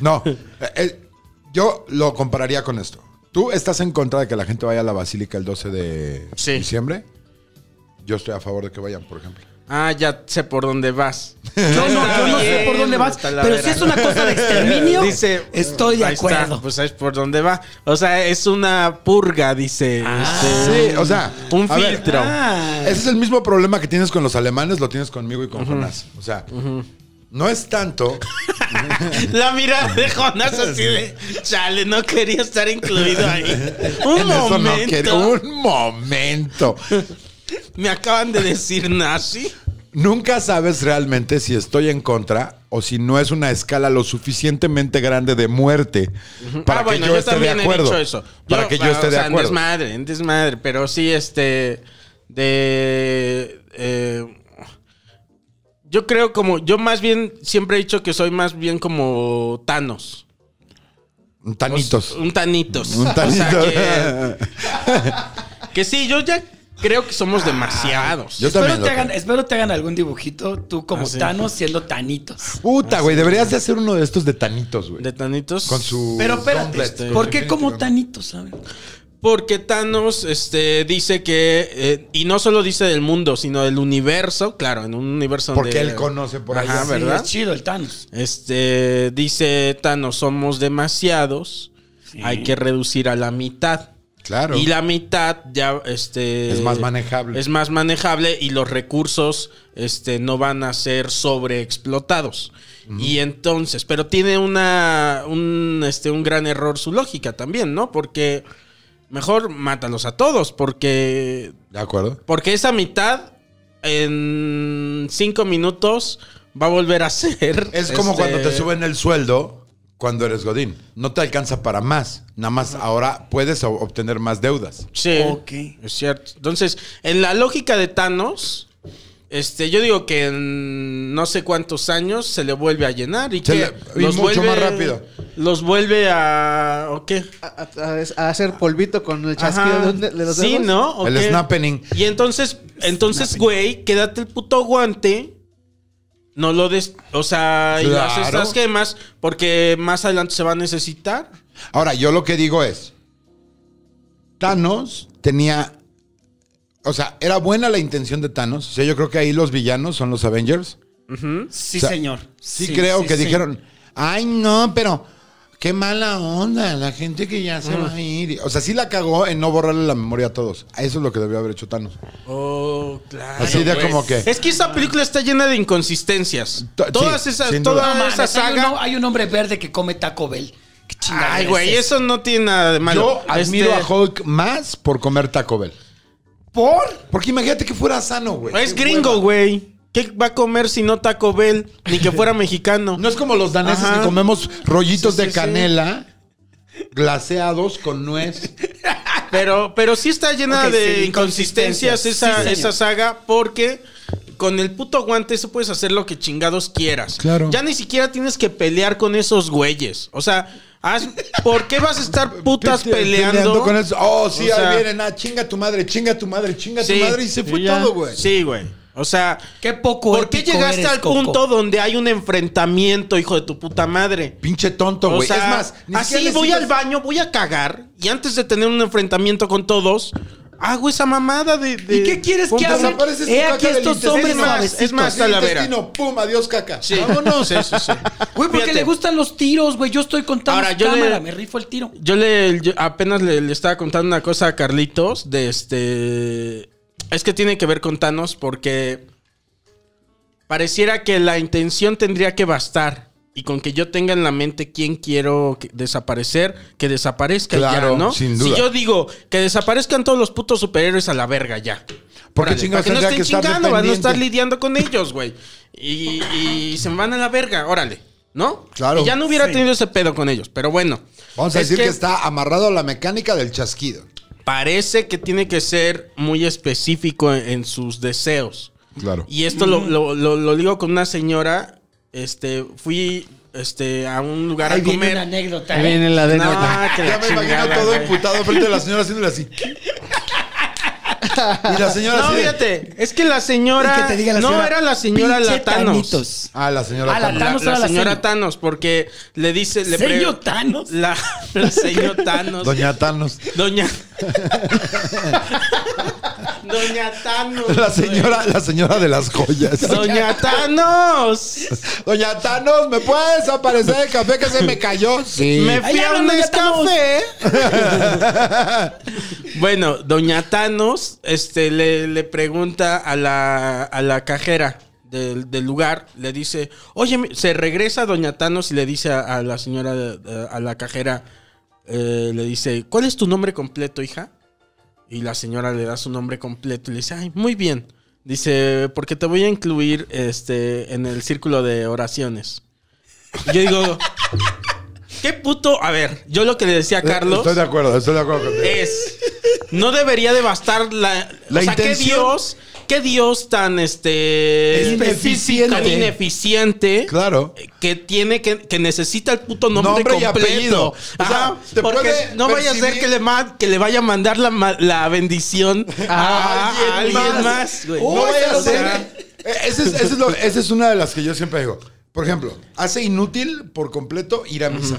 Speaker 4: No, eh, eh, yo lo compararía con esto. ¿Tú estás en contra de que la gente vaya a la basílica el 12 de
Speaker 3: Sí.
Speaker 4: diciembre? Yo estoy a favor de que vayan, por ejemplo.
Speaker 3: Ah, ya sé por dónde vas.
Speaker 2: yo no, yo no sé
Speaker 3: Bien,
Speaker 2: por dónde vas,
Speaker 3: talavera.
Speaker 2: pero si es
Speaker 3: (laughs)
Speaker 2: una cosa de exterminio,
Speaker 3: Dice,
Speaker 2: estoy de
Speaker 3: ahí está,
Speaker 2: acuerdo.
Speaker 3: pues es por dónde va. O sea, es una purga, dice. este,
Speaker 4: Sí, o sea,
Speaker 3: un
Speaker 4: a ver,
Speaker 3: filtro.
Speaker 2: Ah.
Speaker 4: Ese es el mismo problema que tienes con los alemanes, lo tienes conmigo y con Jonás. O sea, no es tanto.
Speaker 3: La mirada de Jonas así de, chale, no quería estar incluido
Speaker 4: (laughs)
Speaker 3: ahí. Un
Speaker 4: en eso no
Speaker 3: momento,
Speaker 4: quiero- un momento.
Speaker 3: me acaban de decir nazi.
Speaker 4: Nunca sabes realmente si estoy en contra o si no es una escala lo suficientemente grande de muerte para
Speaker 3: Ah,
Speaker 4: que yo, esté de
Speaker 3: he
Speaker 4: acuerdo.
Speaker 3: dicho eso.
Speaker 4: Para que yo
Speaker 3: ah,
Speaker 4: esté
Speaker 3: o
Speaker 4: de
Speaker 3: sea, En
Speaker 4: acuerdo.
Speaker 3: desmadre, en desmadre, pero sí, este, de... eh, yo creo como, yo más bien siempre he dicho que soy más bien como Thanos.
Speaker 4: Un Tanitos.
Speaker 3: Un Tanitos.
Speaker 4: (laughs) Un
Speaker 3: (laughs) O sea,
Speaker 4: Tanitos.
Speaker 3: que, que sí, yo ya creo que somos demasiados.
Speaker 4: Ah, Yo también
Speaker 2: espero,
Speaker 4: lo
Speaker 2: te hagan,
Speaker 4: creo.
Speaker 2: espero te hagan algún dibujito, tú
Speaker 3: Ah,
Speaker 2: como Thanos siendo Tanitos.
Speaker 4: Puta, güey. Deberías de hacer uno de estos de Tanitos, güey.
Speaker 3: De Tanitos.
Speaker 4: Con su.
Speaker 2: Pero espérate,
Speaker 4: gauntlet.
Speaker 2: ¿por qué como Tanitos? saben?
Speaker 3: Porque Thanos este, dice que. eh, y no solo dice del mundo, sino del universo. Claro, en un universo donde-
Speaker 4: Porque él conoce por
Speaker 3: Ajá,
Speaker 4: allá.
Speaker 2: Sí,
Speaker 3: ¿verdad?
Speaker 2: es chido el Thanos.
Speaker 3: Este. Dice Thanos, somos demasiados. Hay que reducir a la mitad.
Speaker 4: Claro.
Speaker 3: Y la mitad ya este
Speaker 4: Es más manejable.
Speaker 3: Es más manejable y los recursos este no van a ser sobreexplotados. Y entonces, pero tiene una un este un gran error su lógica también, ¿no? Porque mejor mátalos a todos porque
Speaker 4: ¿De acuerdo?
Speaker 3: porque esa mitad en cinco minutos va a volver a ser
Speaker 4: (laughs) Es como
Speaker 3: este,
Speaker 4: cuando te suben el sueldo cuando eres Godín. No te alcanza para más. Nada más ahora puedes o- obtener más deudas.
Speaker 3: Sí.
Speaker 2: Ok.
Speaker 3: Es cierto. Entonces, en la lógica de Thanos, este, yo digo que en no sé cuántos años se le vuelve a llenar y
Speaker 4: Se
Speaker 3: que
Speaker 4: le- y mucho más rápido.
Speaker 3: Los vuelve a. ¿O qué?
Speaker 6: A, a- a hacer polvito con el chasquido
Speaker 3: Ajá.
Speaker 6: de un- de los
Speaker 3: Sí,
Speaker 6: dedos.
Speaker 3: ¿no? ¿O
Speaker 4: El
Speaker 3: qué?
Speaker 4: snappening.
Speaker 3: Y entonces, entonces, güey, quédate el puto guante. No lo des. O sea, y
Speaker 4: Claro.
Speaker 3: haces estas gemas porque más adelante se va a necesitar.
Speaker 4: Ahora, yo lo que digo es, Thanos tenía, o sea, era buena la intención de Thanos. O sea, yo creo que ahí los villanos son los Avengers.
Speaker 2: Sí,
Speaker 4: O sea,
Speaker 2: señor.
Speaker 4: Sí, creo
Speaker 2: sí,
Speaker 4: que
Speaker 2: sí.
Speaker 4: dijeron, ay no, pero qué mala onda, la gente que ya se va a ir. O sea, sí la cagó en no borrarle la memoria a todos. Eso es lo que debió haber hecho Thanos.
Speaker 3: Oh, claro.
Speaker 4: Así de
Speaker 2: pues.
Speaker 3: güey.
Speaker 4: como que-
Speaker 3: Es que esa película está llena de inconsistencias.
Speaker 4: To- sí,
Speaker 3: Todas esas,
Speaker 4: sin
Speaker 2: No
Speaker 4: duda.
Speaker 3: toda
Speaker 2: mames,
Speaker 3: esa
Speaker 2: Hay,
Speaker 3: saga.
Speaker 2: uno- hay un hombre verde que come Taco Bell. Qué chingada
Speaker 3: Ay,
Speaker 2: es
Speaker 3: güey,
Speaker 2: esa?
Speaker 3: eso no tiene nada de malo.
Speaker 4: Yo admiro
Speaker 3: Este,
Speaker 4: a Hulk más por comer Taco Bell.
Speaker 2: ¿Por?
Speaker 4: Porque imagínate que fuera sano, güey.
Speaker 3: Es
Speaker 4: Qué
Speaker 3: gringo,
Speaker 4: hueva.
Speaker 3: güey. ¿Qué va a comer si no Taco Bell? Ni que
Speaker 4: (laughs)
Speaker 3: fuera mexicano.
Speaker 4: No es como los daneses
Speaker 3: Ajá.
Speaker 4: que comemos rollitos
Speaker 3: Sí, sí,
Speaker 4: de
Speaker 3: sí.
Speaker 4: canela glaseados con nuez.
Speaker 3: Pero, pero sí está llena
Speaker 2: Ok,
Speaker 3: de
Speaker 2: sí, inconsistencias.
Speaker 3: inconsistencias
Speaker 2: Sí,
Speaker 3: esa,
Speaker 2: señor.
Speaker 3: esa saga porque con el puto guante eso puedes hacer lo que chingados quieras.
Speaker 4: Claro.
Speaker 3: Ya ni siquiera tienes que pelear con esos güeyes. O sea, haz- ¿por qué vas a
Speaker 4: (laughs)
Speaker 3: estar putas
Speaker 4: Pe- pe-
Speaker 3: peleando?
Speaker 4: con (laughs) eso. Oh, sí,
Speaker 3: O sea-
Speaker 4: ahí vienen. Ah, chinga tu madre, chinga tu madre, chinga
Speaker 3: Sí.
Speaker 4: tu madre. Y se fue
Speaker 3: ya.
Speaker 4: todo, güey.
Speaker 3: Sí, güey. O sea,
Speaker 2: Qué poco
Speaker 3: ¿por qué
Speaker 2: ético
Speaker 3: llegaste
Speaker 2: eres,
Speaker 3: al
Speaker 2: Coco?
Speaker 3: punto donde hay un enfrentamiento, hijo de tu puta madre?
Speaker 4: Pinche tonto,
Speaker 3: O
Speaker 4: güey.
Speaker 3: sea,
Speaker 4: es más, ni
Speaker 3: así
Speaker 4: siquiera le
Speaker 3: voy
Speaker 4: sigues-
Speaker 3: al baño, voy a cagar y antes de tener un enfrentamiento con todos, hago esa mamada de. de-
Speaker 2: ¿Y qué quieres que
Speaker 3: Ponte-
Speaker 2: hagan?
Speaker 4: Desapareces tu
Speaker 2: He
Speaker 4: caca
Speaker 2: aquí
Speaker 4: del
Speaker 2: estos
Speaker 4: intestino.
Speaker 2: hombres
Speaker 3: Es más, es
Speaker 2: suavecitos.
Speaker 3: más, Talavera.
Speaker 4: Intestino, pum, adiós caca.
Speaker 3: Sí.
Speaker 4: Vámonos.
Speaker 3: Sí, sí, sí.
Speaker 2: Güey, porque
Speaker 3: Fíjate,
Speaker 2: le gustan los tiros, güey. Yo estoy contando
Speaker 3: Ahora,
Speaker 2: su
Speaker 3: yo le-
Speaker 2: cámara, me rifo el tiro.
Speaker 3: Yo le yo apenas le, le estaba contando una cosa a Carlitos de este. Es que tiene que ver con Thanos porque pareciera que la intención tendría que bastar. Y con que yo tenga en la mente quién quiero que- desaparecer, que desaparezca
Speaker 4: Claro,
Speaker 3: ya, ¿no?
Speaker 4: sin duda.
Speaker 3: Si yo digo que desaparezcan todos los putos superhéroes a la verga ya.
Speaker 4: ¿Por qué
Speaker 3: Órale,
Speaker 4: chingados
Speaker 3: para que no
Speaker 4: tendría
Speaker 3: estén
Speaker 4: que estar
Speaker 3: chingando, van a estar
Speaker 4: dependiente?
Speaker 3: lidiando con ellos, güey. Y, y se van a la verga, órale, ¿no?
Speaker 4: Claro.
Speaker 3: Y ya no hubiera tenido ese pedo con ellos, pero bueno.
Speaker 4: Vamos a
Speaker 3: Es
Speaker 4: decir que... está amarrado a la mecánica del chasquido.
Speaker 3: Parece que tiene que ser muy específico en, en sus deseos.
Speaker 4: Claro.
Speaker 3: Y esto lo, lo- lo- lo digo con una señora. Este, fui este, a un lugar
Speaker 2: Ahí
Speaker 3: a
Speaker 2: viene una
Speaker 3: comer.
Speaker 2: anécdota.
Speaker 6: Ahí
Speaker 2: ¿eh?
Speaker 6: viene la de
Speaker 3: No, que la
Speaker 4: Ya me imagino
Speaker 3: chingada,
Speaker 4: todo
Speaker 3: güey.
Speaker 4: emputado frente a la señora
Speaker 3: (laughs)
Speaker 4: haciéndole así. Y la señora
Speaker 3: No,
Speaker 4: así. de-
Speaker 3: fíjate, es que la señora.
Speaker 2: Y que te diga la
Speaker 3: no,
Speaker 2: señora,
Speaker 3: era la señora
Speaker 2: "Pinche
Speaker 3: Latanos.
Speaker 2: Tanitos".
Speaker 4: Ah, la señora.
Speaker 2: Ah, la
Speaker 4: Thanos.
Speaker 3: La,
Speaker 2: Thanos
Speaker 3: la
Speaker 2: era la
Speaker 3: señora
Speaker 2: seño.
Speaker 3: Thanos, porque le dice. Le pre-
Speaker 2: ¿Sello Thanos?
Speaker 3: La, (laughs) la señora Thanos.
Speaker 4: Doña Thanos.
Speaker 3: Doña. (laughs) Doña Thanos.
Speaker 4: La señora, la señora de las joyas.
Speaker 3: güey. Doña Thanos.
Speaker 4: Doña Thanos, ¿me puedes aparecer el café que se me cayó? Sí.
Speaker 3: Me
Speaker 2: Ahí
Speaker 3: fui a
Speaker 2: hablan,
Speaker 3: un
Speaker 2: doña Thanos.
Speaker 3: café. (laughs) bueno, doña Thanos este, le, le pregunta a la, a la cajera del, del lugar, le dice, oye, mi- se regresa doña Thanos y le dice a, a la señora, eh, a la cajera, eh, le dice, ¿cuál es tu nombre completo, hija? Y la señora le da su nombre completo y le dice, ay, muy bien. Dice, porque te voy a incluir este, en el círculo de oraciones. Y Yo digo, (laughs) ¿qué puto? A ver, yo lo que le decía a Carlos
Speaker 4: Eh, Estoy de acuerdo, estoy de acuerdo contigo.
Speaker 3: es, no debería devastar la...
Speaker 4: La
Speaker 3: o sea, ¿qué
Speaker 4: intención.
Speaker 3: Dios, qué Dios tan, este...
Speaker 4: Específico.
Speaker 3: Tan ineficiente.
Speaker 4: Claro.
Speaker 3: Que tiene que, que necesita el puto nombre,
Speaker 4: Nombre y
Speaker 3: completo.
Speaker 4: apellido. O sea,
Speaker 3: Ajá,
Speaker 4: te
Speaker 3: porque
Speaker 4: puede
Speaker 3: no vaya a ser
Speaker 4: percibir-
Speaker 3: que le, ma- que le vaya a mandar la, ma- la
Speaker 4: (laughs)
Speaker 3: bendición a, a alguien, más. güey.
Speaker 4: No
Speaker 3: No
Speaker 4: vaya a
Speaker 3: o
Speaker 4: ser-
Speaker 3: sea,
Speaker 4: Eh, ese es- ese es lo- Esa es una de las que yo siempre digo. Por ejemplo, hace inútil por completo ir a misa.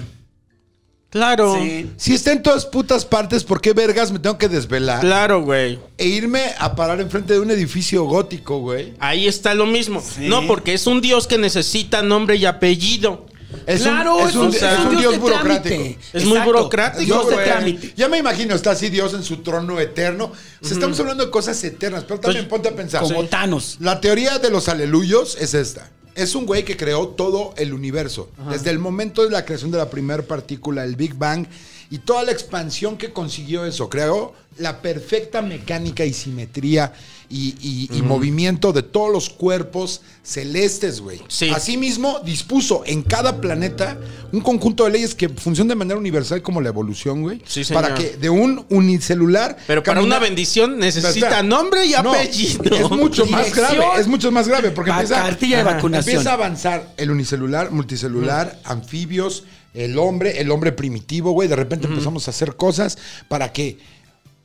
Speaker 3: Claro,
Speaker 2: Sí.
Speaker 4: Si está en todas putas partes, ¿por qué vergas me tengo que desvelar?
Speaker 3: claro, güey.
Speaker 4: E irme a parar enfrente de un edificio gótico, güey.
Speaker 3: Ahí está lo mismo. No, porque es un Dios que necesita nombre y apellido.
Speaker 4: Es
Speaker 2: claro,
Speaker 4: un,
Speaker 2: es un,
Speaker 4: es un dios burocrático.
Speaker 3: Es muy burocrático,
Speaker 2: Dios de
Speaker 3: güey.
Speaker 2: trámite.
Speaker 4: Ya me imagino, está así Dios en su trono eterno. O sea, Estamos hablando de cosas eternas, pero también ponte a pensar.
Speaker 2: Como
Speaker 4: Sí.
Speaker 2: Thanos.
Speaker 4: La teoría de los aleluyos es esta. Es un güey que creó todo el universo. Desde el momento de la creación de la primera partícula, el Big Bang, y toda la expansión que consiguió eso. Creó la perfecta mecánica y simetría y, y- y movimiento de todos los cuerpos celestes, güey.
Speaker 3: Sí.
Speaker 4: Asimismo, dispuso en cada planeta un conjunto de leyes que funcionan de manera universal como la evolución, güey.
Speaker 3: Sí, señor.
Speaker 4: para que de un unicelular...
Speaker 3: Pero para
Speaker 4: camina-
Speaker 3: una bendición necesita
Speaker 4: Espera.
Speaker 3: nombre y
Speaker 4: No,
Speaker 3: apellido.
Speaker 4: es mucho más
Speaker 2: Dirección.
Speaker 4: grave, es mucho más grave porque
Speaker 2: Pa-
Speaker 4: empieza,
Speaker 2: cartilla de
Speaker 4: Ajá.
Speaker 2: vacunación.
Speaker 4: empieza a avanzar el unicelular, multicelular, anfibios, el hombre, el hombre primitivo, güey, de repente empezamos a hacer cosas para que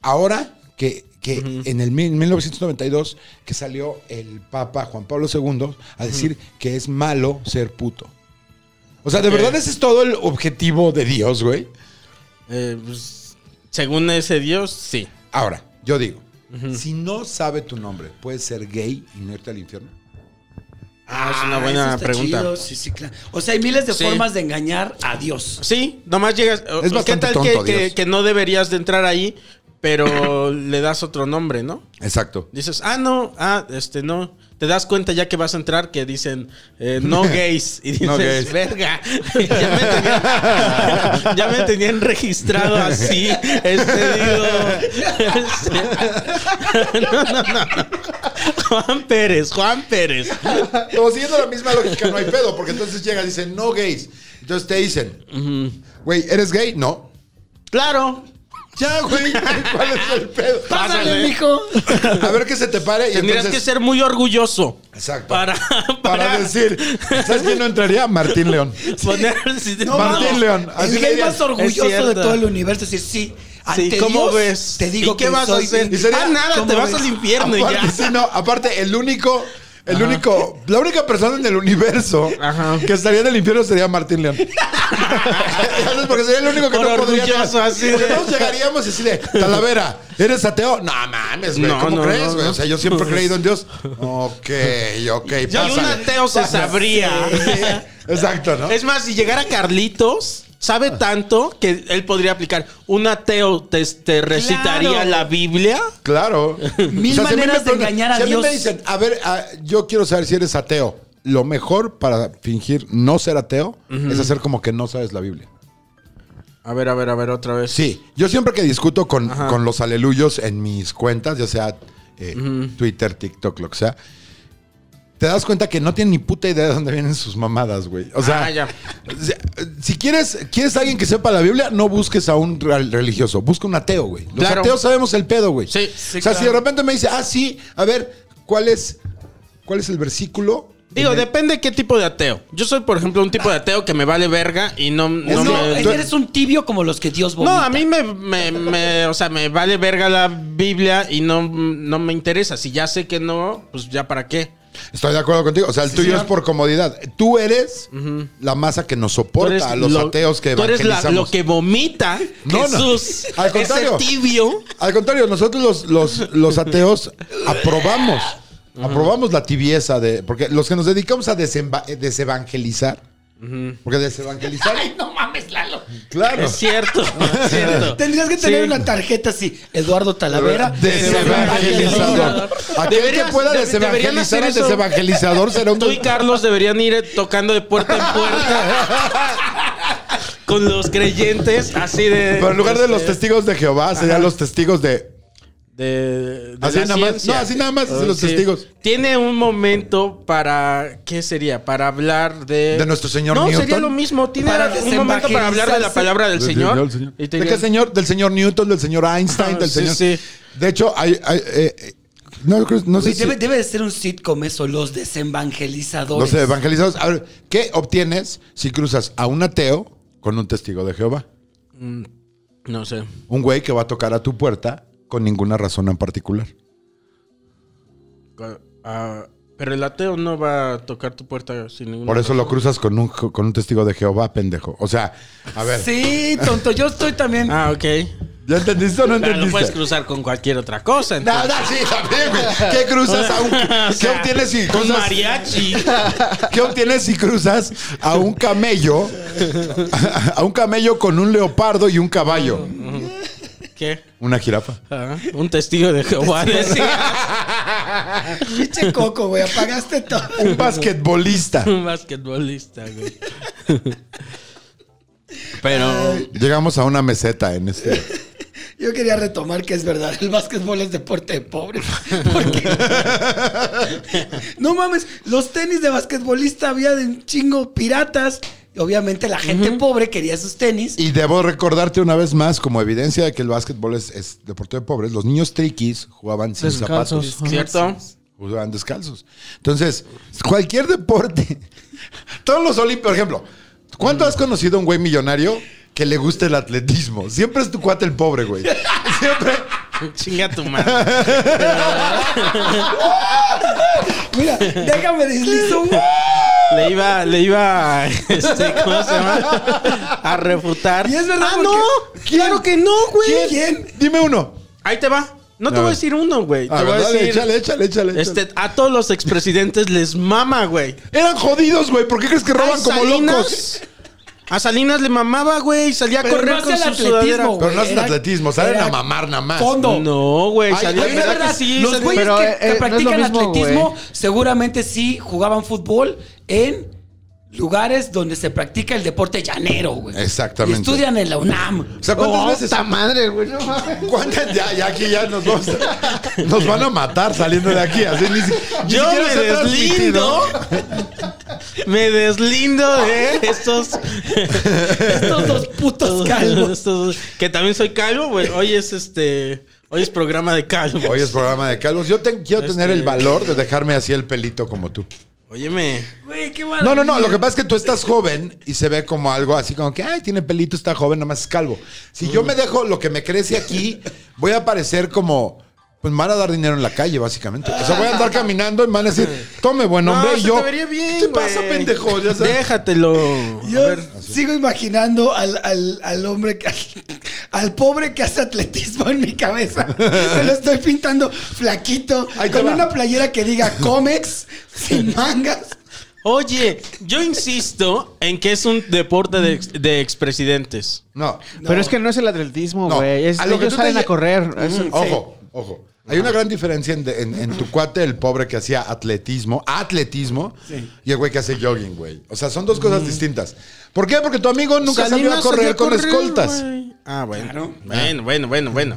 Speaker 4: ahora que, que en el mil- 1992 que salió el Papa Juan Pablo II a decir que es malo ser puto. O sea, de
Speaker 3: Ok.
Speaker 4: verdad ese es todo el objetivo de Dios, güey.
Speaker 3: Eh, pues, según ese Dios, sí.
Speaker 4: Ahora, yo digo, si no sabe tu nombre, ¿puedes ser gay y no irte al infierno?
Speaker 3: Ah, es una
Speaker 2: Ah, eso
Speaker 3: buena
Speaker 2: está
Speaker 3: pregunta.
Speaker 2: chido, sí, sí, claro. O sea, hay miles de
Speaker 3: Sí.
Speaker 2: formas de engañar a Dios.
Speaker 3: Sí, nomás llegas. o-
Speaker 4: Es
Speaker 3: ¿Qué
Speaker 4: bastante
Speaker 3: tal
Speaker 4: tonto,
Speaker 3: que, que-
Speaker 4: Dios.
Speaker 3: que no deberías de entrar ahí, pero le das otro nombre, ¿no?
Speaker 4: Exacto.
Speaker 3: Dices, ah, no, ah, este, no. Te das cuenta ya que vas a entrar que dicen eh,
Speaker 4: (laughs)
Speaker 3: no gays. Y dices,
Speaker 4: No gays.
Speaker 3: verga. (laughs) ya, me tenían, (laughs) ya me tenían registrado así. Este, digo. este, (laughs) no, no, no. Juan Pérez, Juan Pérez.
Speaker 4: (laughs) Como siguiendo la misma lógica, no hay pedo, porque entonces llegan y dicen, no gays. Entonces te dicen, güey, ¿eres gay? No.
Speaker 3: Claro. (laughs)
Speaker 4: Ya, güey, ¿cuál es el pedo?
Speaker 2: Pásale, mijo.
Speaker 4: A ver que se te pare y
Speaker 3: Tendrías
Speaker 4: entonces...
Speaker 3: que ser muy orgulloso.
Speaker 4: Exacto.
Speaker 3: Para, para,
Speaker 4: Para decir, ¿sabes quién no entraría?
Speaker 3: (laughs)
Speaker 4: Martín León.
Speaker 3: Poner,
Speaker 2: No,
Speaker 4: Martín
Speaker 2: no.
Speaker 4: León, así
Speaker 2: El
Speaker 4: le
Speaker 2: gay
Speaker 4: dirías.
Speaker 2: más orgulloso
Speaker 3: Es cierto.
Speaker 2: de todo el universo. Es decir, sí. Ante
Speaker 3: Sí, ¿Cómo
Speaker 2: Dios,
Speaker 3: ves?
Speaker 2: Te digo
Speaker 3: ¿Y qué
Speaker 2: que
Speaker 3: vas
Speaker 2: soy
Speaker 3: a hacer?
Speaker 2: gay.
Speaker 4: Y sería-
Speaker 3: ah, nada,
Speaker 2: ¿Cómo
Speaker 3: te vas
Speaker 2: ves?
Speaker 3: al infierno y
Speaker 4: aparte,
Speaker 3: ya.
Speaker 4: sí, no, aparte, el único El único, la única persona en el universo
Speaker 3: Ajá.
Speaker 4: que estaría en el infierno sería Martín
Speaker 3: (laughs)
Speaker 4: León. Ya sabes, porque sería el único que
Speaker 3: Por
Speaker 4: no podría.
Speaker 3: orgulloso,
Speaker 4: llegar.
Speaker 3: así
Speaker 4: Porque
Speaker 3: de-
Speaker 4: todos llegaríamos y así de, Talavera, ¿eres ateo? No mames, güey.
Speaker 3: No,
Speaker 4: ¿Cómo
Speaker 3: no,
Speaker 4: crees,
Speaker 3: no,
Speaker 4: güey?
Speaker 3: no.
Speaker 4: O sea, yo siempre he creído
Speaker 3: (laughs)
Speaker 4: en Dios. Ok, ok,
Speaker 3: Yo un
Speaker 4: pásale.
Speaker 3: ateo se
Speaker 4: Pásale.
Speaker 3: sabría. Eh,
Speaker 4: Sí, Exacto, ¿no?
Speaker 3: Es más, si llegara Carlitos, sabe tanto que él podría aplicar. Un ateo te, te recitaría
Speaker 2: Claro.
Speaker 3: la Biblia.
Speaker 4: Claro.
Speaker 2: (laughs) Mil
Speaker 4: si mí me
Speaker 2: maneras de
Speaker 4: preguntan-
Speaker 2: engañar a
Speaker 4: si
Speaker 2: Dios.
Speaker 4: mí me dicen, a ver, ah, yo quiero saber si eres ateo. Lo mejor para fingir no ser ateo es hacer como que no sabes la Biblia.
Speaker 3: A ver, a ver, a ver, otra vez.
Speaker 4: Sí, yo siempre que discuto con,
Speaker 3: Ajá.
Speaker 4: con los aleluyos en mis cuentas, ya sea eh, Twitter, TikTok, lo que sea, te das cuenta que no tienen ni puta idea de dónde vienen sus mamadas, güey. O sea,
Speaker 3: Ah, ya.
Speaker 4: o sea, si quieres, quieres a alguien que sepa la Biblia, no busques a un real- religioso, busca un ateo, güey. Los
Speaker 3: Claro.
Speaker 4: ateos sabemos el pedo, güey.
Speaker 3: Sí, sí,
Speaker 4: O sea, si de
Speaker 3: claro.
Speaker 4: repente me dice, ah, sí, a ver, ¿cuál es, cuál es el versículo?
Speaker 3: Digo,
Speaker 4: En el-
Speaker 3: depende qué tipo de ateo. Yo soy, por ejemplo, un tipo de ateo que me vale verga y no, no
Speaker 2: No,
Speaker 3: me...
Speaker 4: tú-
Speaker 2: eres un tibio como los que Dios
Speaker 3: No,
Speaker 2: vomita.
Speaker 3: a mí me, me- me- o sea, me vale verga la Biblia y no, no me interesa. Si ya sé que no, pues ya para qué.
Speaker 4: Estoy de acuerdo contigo. O sea, el tuyo es por comodidad. Tú eres la masa que nos soporta
Speaker 3: eres
Speaker 4: a los
Speaker 3: lo-
Speaker 4: ateos que
Speaker 3: Tú eres la-
Speaker 4: evangelizamos.
Speaker 3: lo que vomita
Speaker 4: No, no.
Speaker 3: Jesús.
Speaker 4: Al contrario.
Speaker 3: Ese tibio.
Speaker 4: Al contrario, nosotros los, los, los ateos aprobamos. Aprobamos la tibieza de. Porque los que nos dedicamos a desenva- eh, desevangelizar. Porque desevangelizar.
Speaker 2: Ay, no mames, Lalo.
Speaker 4: claro.
Speaker 3: Es cierto, (laughs) es cierto.
Speaker 2: Tendrías que tener una tarjeta así. Eduardo Talavera.
Speaker 4: Desevangelizador. Aquel
Speaker 3: Deberías-
Speaker 4: que pueda
Speaker 3: debe- deberían
Speaker 4: desevangelizar
Speaker 3: hacer
Speaker 4: al
Speaker 3: eso.
Speaker 4: desevangelizador será un.
Speaker 3: Tú y Carlos deberían ir eh, tocando de puerta en puerta con los creyentes, así de.
Speaker 4: Pero en lugar de los
Speaker 3: este,
Speaker 4: testigos de Jehová, serían los testigos de.
Speaker 3: de, de
Speaker 4: Así
Speaker 3: la
Speaker 4: nada más.
Speaker 3: ciencia.
Speaker 4: No, así nada más, así los
Speaker 3: Sí.
Speaker 4: testigos.
Speaker 3: Tiene un momento para. ¿Qué sería? Para hablar de.
Speaker 4: De nuestro señor
Speaker 3: No, sería
Speaker 4: Newton.
Speaker 3: lo mismo. Tiene
Speaker 2: Para
Speaker 3: un momento para hablar de la
Speaker 2: desevangelizarse.
Speaker 3: palabra del
Speaker 4: Del
Speaker 3: Señor.
Speaker 4: ¿De
Speaker 3: Y te
Speaker 4: qué
Speaker 3: dirían,
Speaker 4: señor? Del señor Newton, del señor Einstein,
Speaker 3: Ah,
Speaker 4: del
Speaker 3: sí,
Speaker 4: señor.
Speaker 3: sí.
Speaker 4: De hecho, hay. hay, eh, eh, no, creo- no sé
Speaker 2: Güey,
Speaker 4: si.
Speaker 2: debe, debe de ser un sitcom eso, los desevangelizadores.
Speaker 4: Los evangelizados. A ver, ¿qué obtienes si cruzas a un ateo con un testigo de Jehová?
Speaker 3: No sé.
Speaker 4: Un güey que va a tocar a tu puerta con ninguna razón en particular.
Speaker 3: Ah, pero el ateo no va a tocar tu puerta sin ninguna.
Speaker 4: Por eso lo
Speaker 3: razón.
Speaker 4: cruzas con un, con un testigo de Jehová, pendejo. O sea, a ver.
Speaker 2: Sí, tonto, yo estoy también.
Speaker 3: Ah, ok.
Speaker 4: ¿Ya entendiste o no
Speaker 3: Pero lo puedes
Speaker 4: entendiste?
Speaker 3: cruzar con cualquier otra cosa. entonces.
Speaker 4: Nada, sí, también, güey. ¿Qué cruzas a
Speaker 3: (laughs)
Speaker 4: un.
Speaker 3: O
Speaker 4: ¿Qué
Speaker 3: sea,
Speaker 4: obtienes si
Speaker 3: Con
Speaker 4: cruzas- (laughs)
Speaker 3: mariachi.
Speaker 4: ¿Qué obtienes si cruzas a un camello? (laughs) A un camello con un leopardo y un caballo.
Speaker 3: ¿Qué?
Speaker 4: Una jirafa.
Speaker 3: Ah, (laughs) un testigo de Jehová. decía.
Speaker 2: Pinche coco, güey, apagaste todo.
Speaker 4: Un basquetbolista.
Speaker 3: (laughs) un basquetbolista, güey. (laughs) Pero.
Speaker 4: Llegamos a una meseta en este.
Speaker 2: Yo quería retomar que es verdad, el básquetbol es deporte de pobres. (laughs) Porque... no mames, los tenis de basquetbolista había de un chingo piratas. Y Obviamente la gente pobre quería sus tenis.
Speaker 4: Y debo recordarte una vez más, como evidencia de que el básquetbol es, es deporte de pobres, los niños triquis jugaban sin
Speaker 6: Descalzos.
Speaker 4: zapatos.
Speaker 3: ¿Cierto?
Speaker 4: Jugaban descalzos. Entonces, cualquier deporte. (laughs) Todos los olímpicos, por ejemplo. ¿Cuánto has conocido a un güey millonario que le gusta el atletismo? Siempre es tu cuate el pobre, güey. Siempre.
Speaker 3: (laughs) Chinga tu madre.
Speaker 2: Mira, (laughs) déjame deslizo.
Speaker 3: Le iba, le iba (laughs) a, este, ¿cómo se llama? A refutar.
Speaker 2: Y es verdad,
Speaker 3: ¡Ah,
Speaker 2: porque-
Speaker 3: no! ¡Claro que no, güey!
Speaker 2: ¿Quién?
Speaker 4: Dime uno.
Speaker 3: Ahí te va. No te
Speaker 4: A
Speaker 3: voy a
Speaker 4: ver.
Speaker 3: decir uno, güey.
Speaker 4: A
Speaker 3: Te voy a
Speaker 4: ver, dale,
Speaker 3: decir.
Speaker 4: échale, échale, échale.
Speaker 3: Este,
Speaker 4: échale.
Speaker 3: a todos los expresidentes les mama, güey.
Speaker 4: Eran jodidos, güey. ¿Por qué crees que roban
Speaker 3: Ay,
Speaker 4: como
Speaker 3: Salinas.
Speaker 4: locos?
Speaker 3: A Salinas le mamaba, güey. Salía a
Speaker 2: Pero
Speaker 3: correr
Speaker 2: no
Speaker 3: con
Speaker 2: hace
Speaker 3: su
Speaker 2: el
Speaker 3: sudadera.
Speaker 2: atletismo,
Speaker 4: Pero no hacen
Speaker 2: Era-
Speaker 4: atletismo, salen
Speaker 2: era-
Speaker 4: a mamar nada más.
Speaker 2: Fondo.
Speaker 3: No, güey.
Speaker 4: Ay,
Speaker 3: Salía
Speaker 4: ay,
Speaker 2: Es
Speaker 4: ¿verdad
Speaker 2: verdad,
Speaker 3: que sí,
Speaker 2: los
Speaker 3: salía-
Speaker 2: güeyes
Speaker 6: Pero,
Speaker 2: que,
Speaker 6: eh,
Speaker 2: que
Speaker 6: eh, no es lo
Speaker 2: practican
Speaker 6: mismo,
Speaker 2: atletismo
Speaker 6: güey.
Speaker 2: seguramente sí jugaban fútbol en lugares donde se practica el deporte llanero, güey.
Speaker 4: Exactamente.
Speaker 2: Y estudian en la UNAM.
Speaker 4: O sea, ¿cuántas veces?
Speaker 6: madre, güey! No
Speaker 4: (laughs) ¿Cuántas? Ya, ya aquí ya nos vamos. a- Nos van a matar saliendo de aquí. Así ni, si- ni
Speaker 3: Yo
Speaker 4: siquiera
Speaker 3: me
Speaker 4: se ha
Speaker 3: deslindo.
Speaker 4: transmitido.
Speaker 3: (laughs) Me deslindo de estos.
Speaker 2: Estos dos
Speaker 3: (laughs)
Speaker 2: putos calvos.
Speaker 3: estos- que también soy calvo, güey. Hoy es este. Hoy es programa de calvo.
Speaker 4: Hoy es programa de Carlos. Yo te- quiero tener
Speaker 3: Este-
Speaker 4: el valor de dejarme así el pelito como tú.
Speaker 3: Óyeme.
Speaker 2: Güey, qué
Speaker 4: No,
Speaker 2: maravilla.
Speaker 4: no, no. Lo que pasa es que tú estás joven y se ve como algo así como que, ay, tiene pelito, está joven, nada más es calvo. Si yo me dejo lo que me crece aquí, voy a parecer como pues me van a dar dinero en la calle, básicamente. O sea, voy a andar caminando y me van a decir, tome buen hombre.
Speaker 3: No,
Speaker 4: y
Speaker 3: se
Speaker 4: yo,
Speaker 3: te vería bien,
Speaker 4: ¿qué te pasa,
Speaker 3: güey?
Speaker 4: pendejo? Ya sabes.
Speaker 3: Déjatelo.
Speaker 2: Yo sigo imaginando al, al- al hombre, que- al, al pobre que hace atletismo en mi cabeza. Se lo estoy pintando flaquito,
Speaker 4: Ahí te
Speaker 2: con
Speaker 4: va.
Speaker 2: una playera que diga Comex,
Speaker 4: (laughs)
Speaker 2: sin mangas.
Speaker 3: Oye, yo insisto en que es un deporte de, ex- de expresidentes.
Speaker 4: No.
Speaker 6: Pero es que no es el atletismo,
Speaker 4: No.
Speaker 6: güey. Es
Speaker 4: A lo que
Speaker 6: ellos
Speaker 4: tú te
Speaker 6: salen a
Speaker 4: lle- Mm,
Speaker 6: correr. Es-
Speaker 4: Ojo, ojo. Hay una gran diferencia en, de- en- en tu cuate, el pobre que hacía atletismo, atletismo, y el güey que hace jogging, güey. O sea, son dos cosas distintas. ¿Por qué? Porque tu amigo nunca salió a correr con escoltas.
Speaker 3: Ah, bueno.
Speaker 2: Claro.
Speaker 3: Bueno, bueno, bueno, bueno.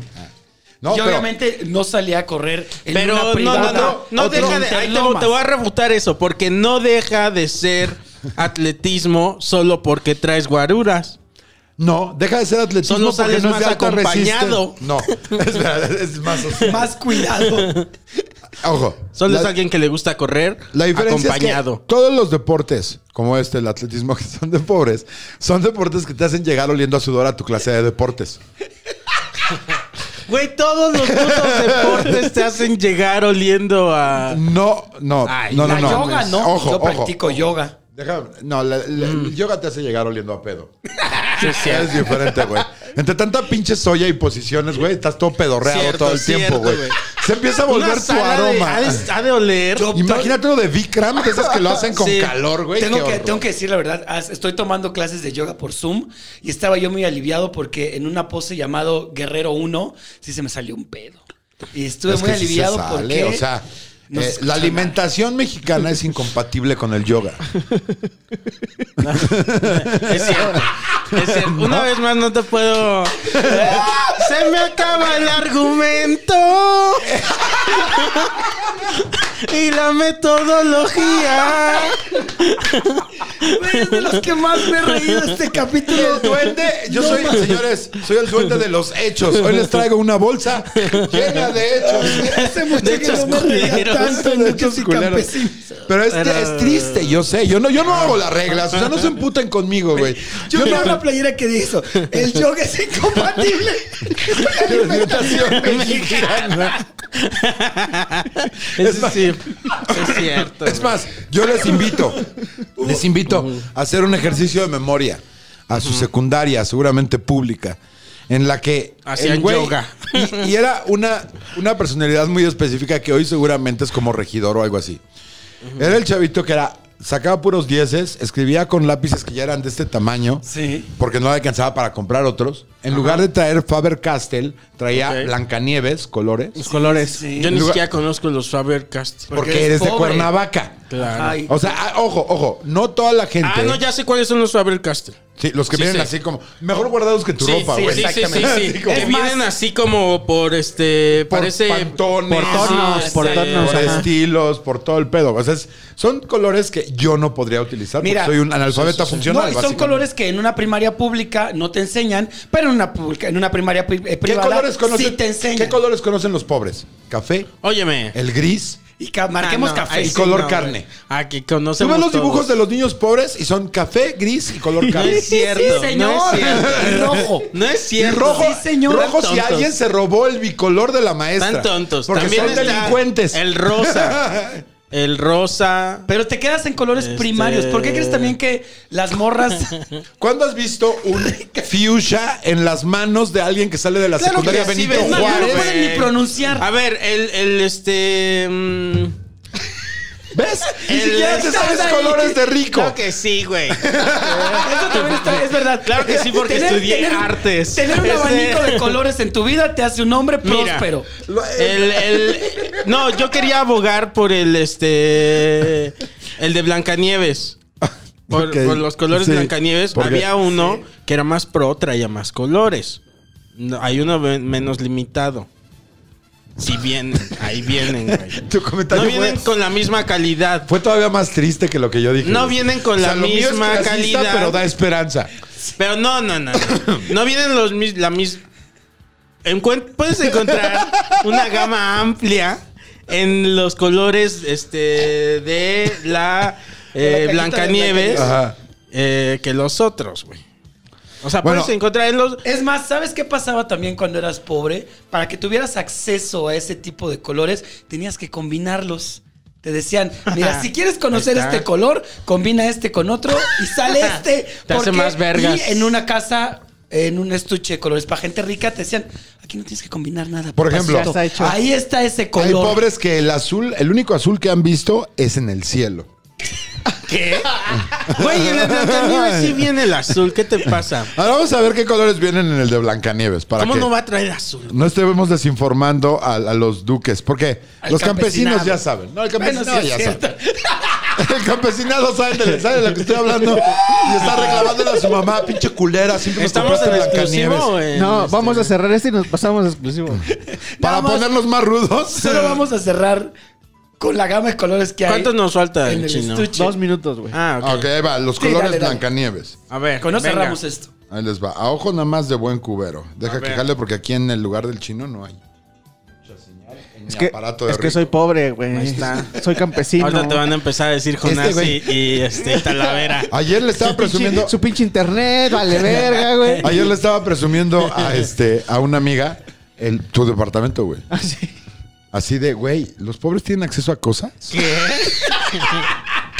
Speaker 4: No,
Speaker 2: Yo
Speaker 4: pero-
Speaker 2: obviamente no salía a correr en
Speaker 3: Pero
Speaker 2: una
Speaker 3: no, no,
Speaker 2: privada.
Speaker 3: no, no
Speaker 2: Otro-
Speaker 3: deja de. ahí te,
Speaker 2: Interlomas.
Speaker 3: te voy a refutar eso, porque no deja de ser atletismo solo porque traes guaruras.
Speaker 4: No, deja de ser atletismo
Speaker 3: Solo
Speaker 4: porque
Speaker 3: sales
Speaker 4: no es
Speaker 3: más
Speaker 4: de alta
Speaker 3: acompañado.
Speaker 4: resisten- No, (laughs) es, verdad, es más...
Speaker 2: Más
Speaker 4: (laughs)
Speaker 2: cuidado.
Speaker 4: Ojo.
Speaker 3: Solo
Speaker 4: La-
Speaker 3: es alguien que le gusta correr
Speaker 4: La diferencia
Speaker 3: acompañado.
Speaker 4: (laughs) es que todos los deportes, como este, el atletismo, (laughs) que son de pobres, son deportes que te hacen llegar oliendo a sudor a tu clase de deportes.
Speaker 3: Güey, todos los (laughs) putos deportes te hacen llegar oliendo a.
Speaker 4: No, no,
Speaker 3: Ay,
Speaker 4: no, no,
Speaker 2: la
Speaker 4: no.
Speaker 2: yoga no.
Speaker 4: Ojo,
Speaker 2: Yo
Speaker 4: ojo.
Speaker 2: practico yoga. Mm.
Speaker 4: Déjame- no, la- la- el yoga te hace llegar oliendo a pedo.
Speaker 3: Sí,
Speaker 4: Es diferente, güey. Entre tanta pinche soya y posiciones, güey, estás todo pedorreado
Speaker 3: Cierto,
Speaker 4: todo el
Speaker 3: cierto,
Speaker 4: tiempo, güey.
Speaker 3: güey.
Speaker 4: Se empieza a
Speaker 3: Una
Speaker 4: volver tu
Speaker 3: sala de-
Speaker 4: aroma.
Speaker 3: ha de- ha de oler.
Speaker 4: Imagínate uno de Vikram, de esas que lo hacen con
Speaker 3: Sí.
Speaker 4: calor, güey.
Speaker 2: Tengo
Speaker 4: qué
Speaker 2: que,
Speaker 4: horror.
Speaker 2: tengo que decir la verdad, as- estoy tomando clases de yoga por Zoom y estaba yo muy aliviado porque en una pose llamado Guerrero 1 sí se me salió un pedo. Y estuve
Speaker 4: Es
Speaker 2: muy
Speaker 4: que sí se
Speaker 2: aliviado
Speaker 4: sale,
Speaker 2: porque...
Speaker 4: O sea,
Speaker 2: no se
Speaker 4: eh,
Speaker 2: escucha
Speaker 4: la
Speaker 2: nada.
Speaker 4: alimentación mexicana es incompatible con el yoga.
Speaker 3: Es cierto. Es cierto. Una vez más no te puedo. Se me acaba el argumento. Y la metodología.
Speaker 2: Güey, Es de los que más me he reído
Speaker 4: (laughs)
Speaker 2: este capítulo.
Speaker 4: El duende, yo soy, señores, soy el duende de los hechos. Hoy les traigo una bolsa llena de hechos.
Speaker 2: Hace mucho
Speaker 3: De
Speaker 2: que
Speaker 3: hechos
Speaker 2: no me reía
Speaker 3: culeros.
Speaker 2: tanto en
Speaker 4: De
Speaker 2: Duques
Speaker 4: hechos
Speaker 2: y
Speaker 4: culeros.
Speaker 2: Campesinos.
Speaker 4: Pero es,
Speaker 3: Pero-
Speaker 4: es triste, yo sé. Yo no, yo no hago las reglas. O sea, no se emputen conmigo, güey.
Speaker 2: Yo tengo una playera que dice eso. El yoga es
Speaker 4: (laughs)
Speaker 2: incompatible. (laughs)
Speaker 4: alimentación mexicana. Es
Speaker 3: Eso
Speaker 4: más-
Speaker 3: sí. Es cierto.
Speaker 4: Es más, yo les invito, les invito a hacer un ejercicio de memoria a su secundaria, seguramente pública, en la que
Speaker 3: Hacían
Speaker 4: el güey-
Speaker 3: yoga.
Speaker 4: Y, y era una, una personalidad muy específica que hoy seguramente es como regidor o algo así. Era el chavito que era sacaba puros dieces, escribía con lápices que ya eran de este tamaño,
Speaker 2: Sí.
Speaker 4: porque no le alcanzaba para comprar otros. En lugar de traer Faber Castell, traía
Speaker 3: Ok.
Speaker 4: Blancanieves, colores,
Speaker 3: Los colores.
Speaker 2: Sí.
Speaker 3: Yo ni
Speaker 4: Lugar-
Speaker 3: siquiera conozco los Faber Castell.
Speaker 4: porque,
Speaker 2: eres
Speaker 4: eres de
Speaker 2: pobre.
Speaker 4: Cuernavaca.
Speaker 3: Claro.
Speaker 2: Ay.
Speaker 4: O sea, ah, ojo, ojo, no toda la gente.
Speaker 3: Ah, no, ya sé cuáles son los Faber Castell.
Speaker 4: Sí, los que
Speaker 3: Sí,
Speaker 4: vienen
Speaker 3: sí.
Speaker 4: así como. Mejor guardados que en tu
Speaker 3: Sí,
Speaker 4: ropa,
Speaker 3: sí,
Speaker 4: güey.
Speaker 3: sí, sí, sí,
Speaker 4: Exactamente.
Speaker 3: sí.
Speaker 4: Así (laughs) como-
Speaker 3: Que vienen así como por este.
Speaker 4: Por
Speaker 3: parece.
Speaker 4: pantones. este,
Speaker 3: por
Speaker 6: Tornos,
Speaker 3: sí,
Speaker 6: por
Speaker 3: sí.
Speaker 6: tornos.
Speaker 4: Por
Speaker 6: Ajá.
Speaker 4: estilos, por todo el pedo. O sea, es- son colores que yo no podría utilizar
Speaker 2: Mira,
Speaker 4: porque soy un analfabeta funcional.
Speaker 2: No, y son
Speaker 4: básicamente.
Speaker 2: colores que en una primaria pública no te enseñan, pero en una, pública- en una primaria pri- eh,
Speaker 4: ¿Qué
Speaker 2: privada
Speaker 4: colores, conocen,
Speaker 2: sí te enseñan.
Speaker 4: ¿Qué colores conocen los pobres? Café,
Speaker 3: Óyeme.
Speaker 4: el gris.
Speaker 2: Y ca- marquemos
Speaker 3: Ah, no,
Speaker 2: café.
Speaker 3: ahí
Speaker 4: Y color
Speaker 3: güey.
Speaker 4: carne.
Speaker 3: Aquí
Speaker 4: Tú
Speaker 3: conocemos
Speaker 4: ves los
Speaker 3: todos.
Speaker 4: dibujos de los niños pobres y son café, gris y color
Speaker 3: No
Speaker 4: carne.
Speaker 3: es cierto,
Speaker 2: Sí,
Speaker 3: no es
Speaker 2: señor. (laughs)
Speaker 3: cierto.
Speaker 2: Rojo.
Speaker 3: No es
Speaker 4: Y
Speaker 3: cierto.
Speaker 4: rojo,
Speaker 2: Sí, señor.
Speaker 4: rojo
Speaker 3: Tan
Speaker 4: si
Speaker 3: tontos.
Speaker 4: alguien se robó el bicolor de la maestra.
Speaker 3: Están tontos.
Speaker 4: Porque
Speaker 3: También
Speaker 4: son
Speaker 3: está
Speaker 4: delincuentes.
Speaker 3: El
Speaker 4: (laughs)
Speaker 3: rosa. El rosa.
Speaker 2: Pero te quedas en colores
Speaker 3: Este-
Speaker 2: primarios. ¿Por qué crees también que las
Speaker 4: (laughs)
Speaker 2: morras...
Speaker 4: ¿Cuándo has visto un fuchsia en las manos de alguien que sale de la
Speaker 3: Claro
Speaker 4: secundaria
Speaker 3: que sí,
Speaker 4: Benito
Speaker 3: ven,
Speaker 2: no,
Speaker 4: Juárez?
Speaker 2: no lo pueden
Speaker 3: güey.
Speaker 2: ni pronunciar.
Speaker 3: A ver, el, el este. mm,
Speaker 4: ¿Ves? Ni
Speaker 3: El-
Speaker 4: siquiera te
Speaker 3: está
Speaker 4: sabes
Speaker 3: ahí.
Speaker 4: colores de rico.
Speaker 3: Claro que sí,
Speaker 2: (laughs)
Speaker 3: güey.
Speaker 2: Eso también está- es verdad.
Speaker 3: Claro que sí, porque estudié artes.
Speaker 2: Tener un
Speaker 3: Ese-
Speaker 2: abanico de colores en tu vida te hace un hombre
Speaker 3: Mira.
Speaker 2: próspero.
Speaker 4: Lo-
Speaker 3: El, el- no, yo quería abogar por el este. El de Blancanieves. Por,
Speaker 4: Ok.
Speaker 3: por los colores
Speaker 4: Sí.
Speaker 3: de Blancanieves.
Speaker 4: Porque-
Speaker 3: Había uno que era más pro, traía más colores. No, hay uno ve- menos limitado. Si vienen, ahí vienen, güey.
Speaker 4: (laughs) Tu comentario
Speaker 3: No
Speaker 4: fue-
Speaker 3: vienen con la misma calidad.
Speaker 4: Fue todavía más triste que lo que yo dije.
Speaker 3: No vienen con la
Speaker 4: lo mío es
Speaker 3: misma
Speaker 4: clasista,
Speaker 3: calidad.
Speaker 4: Pero da esperanza.
Speaker 3: Pero no, no, no.
Speaker 4: (coughs)
Speaker 3: No, No vienen los mis, la mis. Encuent- puedes encontrar una gama amplia en los colores este, de la
Speaker 2: De la
Speaker 3: eh,
Speaker 2: cajita de
Speaker 3: Blancanieves
Speaker 4: Ajá.
Speaker 3: eh, que los otros, güey. O sea,
Speaker 4: Bueno,
Speaker 3: puedes encontrar en los.
Speaker 2: Es más, ¿sabes qué pasaba también cuando eras pobre? Para que tuvieras acceso a ese tipo de colores, tenías que combinarlos. Te decían, mira,
Speaker 3: (laughs)
Speaker 2: si quieres conocer
Speaker 3: Ahí está.
Speaker 2: este color, combina este con otro y
Speaker 3: (laughs)
Speaker 2: sale este.
Speaker 3: Te hace
Speaker 2: Porque-
Speaker 3: más vergas.
Speaker 2: Y en una casa, en un estuche de colores para gente rica, te decían, aquí no tienes que combinar nada.
Speaker 4: Por
Speaker 2: papacito.
Speaker 4: ejemplo, Ya
Speaker 6: está hecho.
Speaker 2: ahí está ese color.
Speaker 4: Hay pobres que el azul, el único azul que han visto es en el cielo.
Speaker 3: Güey, en el Blancanieves
Speaker 4: (laughs)
Speaker 3: sí viene el azul. ¿Qué te pasa?
Speaker 4: Ahora vamos a ver qué colores vienen en el de Blancanieves. Para
Speaker 3: ¿Cómo
Speaker 4: que
Speaker 3: no
Speaker 4: no,
Speaker 3: va a traer azul?
Speaker 4: estemos desinformando a, a los duques. Porque
Speaker 2: Al
Speaker 4: los campesinos
Speaker 2: campesinado.
Speaker 4: ya saben. No, el
Speaker 2: Bueno,
Speaker 4: campesinado
Speaker 2: sí es
Speaker 4: ya
Speaker 2: cierto.
Speaker 4: sabe. (laughs) El campesinado sabe, de- sabe de lo que estoy hablando. Y está reclamándole a su mamá, pinche culera. Siempre nos
Speaker 3: ¿Estamos en
Speaker 4: compraste
Speaker 3: exclusivo o
Speaker 4: Blancanieves.
Speaker 3: en
Speaker 6: No,
Speaker 3: este?
Speaker 6: vamos a cerrar este y nos pasamos a exclusivo.
Speaker 4: Para
Speaker 2: Nada más-
Speaker 4: ponernos más rudos.
Speaker 2: Solo vamos a cerrar con la gama de colores que hay.
Speaker 3: ¿Cuántos nos falta,
Speaker 2: en el
Speaker 3: chino?
Speaker 2: estuche?
Speaker 6: Dos minutos, güey.
Speaker 3: Ah, ok.
Speaker 4: Ok, ahí va. Los
Speaker 2: Sí,
Speaker 4: colores
Speaker 2: dale, dale.
Speaker 4: Blancanieves.
Speaker 3: A ver.
Speaker 2: Con eso
Speaker 3: venga.
Speaker 2: cerramos esto.
Speaker 4: Ahí les va. A ojo nada más de buen cubero.
Speaker 3: A
Speaker 4: Deja que
Speaker 3: ver.
Speaker 4: jale porque aquí en el lugar del chino no hay. mucha señal en mi
Speaker 6: Es que,
Speaker 4: aparato de
Speaker 6: es que
Speaker 4: rico.
Speaker 6: soy pobre, güey. Soy campesino.
Speaker 3: Ahorita te van a empezar a decir Jonás
Speaker 4: güey-
Speaker 3: y, y, este, Talavera.
Speaker 4: Ayer le estaba presumiendo.
Speaker 6: Su pinche internet, vale verga,
Speaker 4: (laughs)
Speaker 6: güey.
Speaker 4: Ayer le estaba presumiendo a este a una amiga el, tu departamento, güey.
Speaker 6: Así.
Speaker 4: Así de, güey, los pobres tienen acceso a cosas.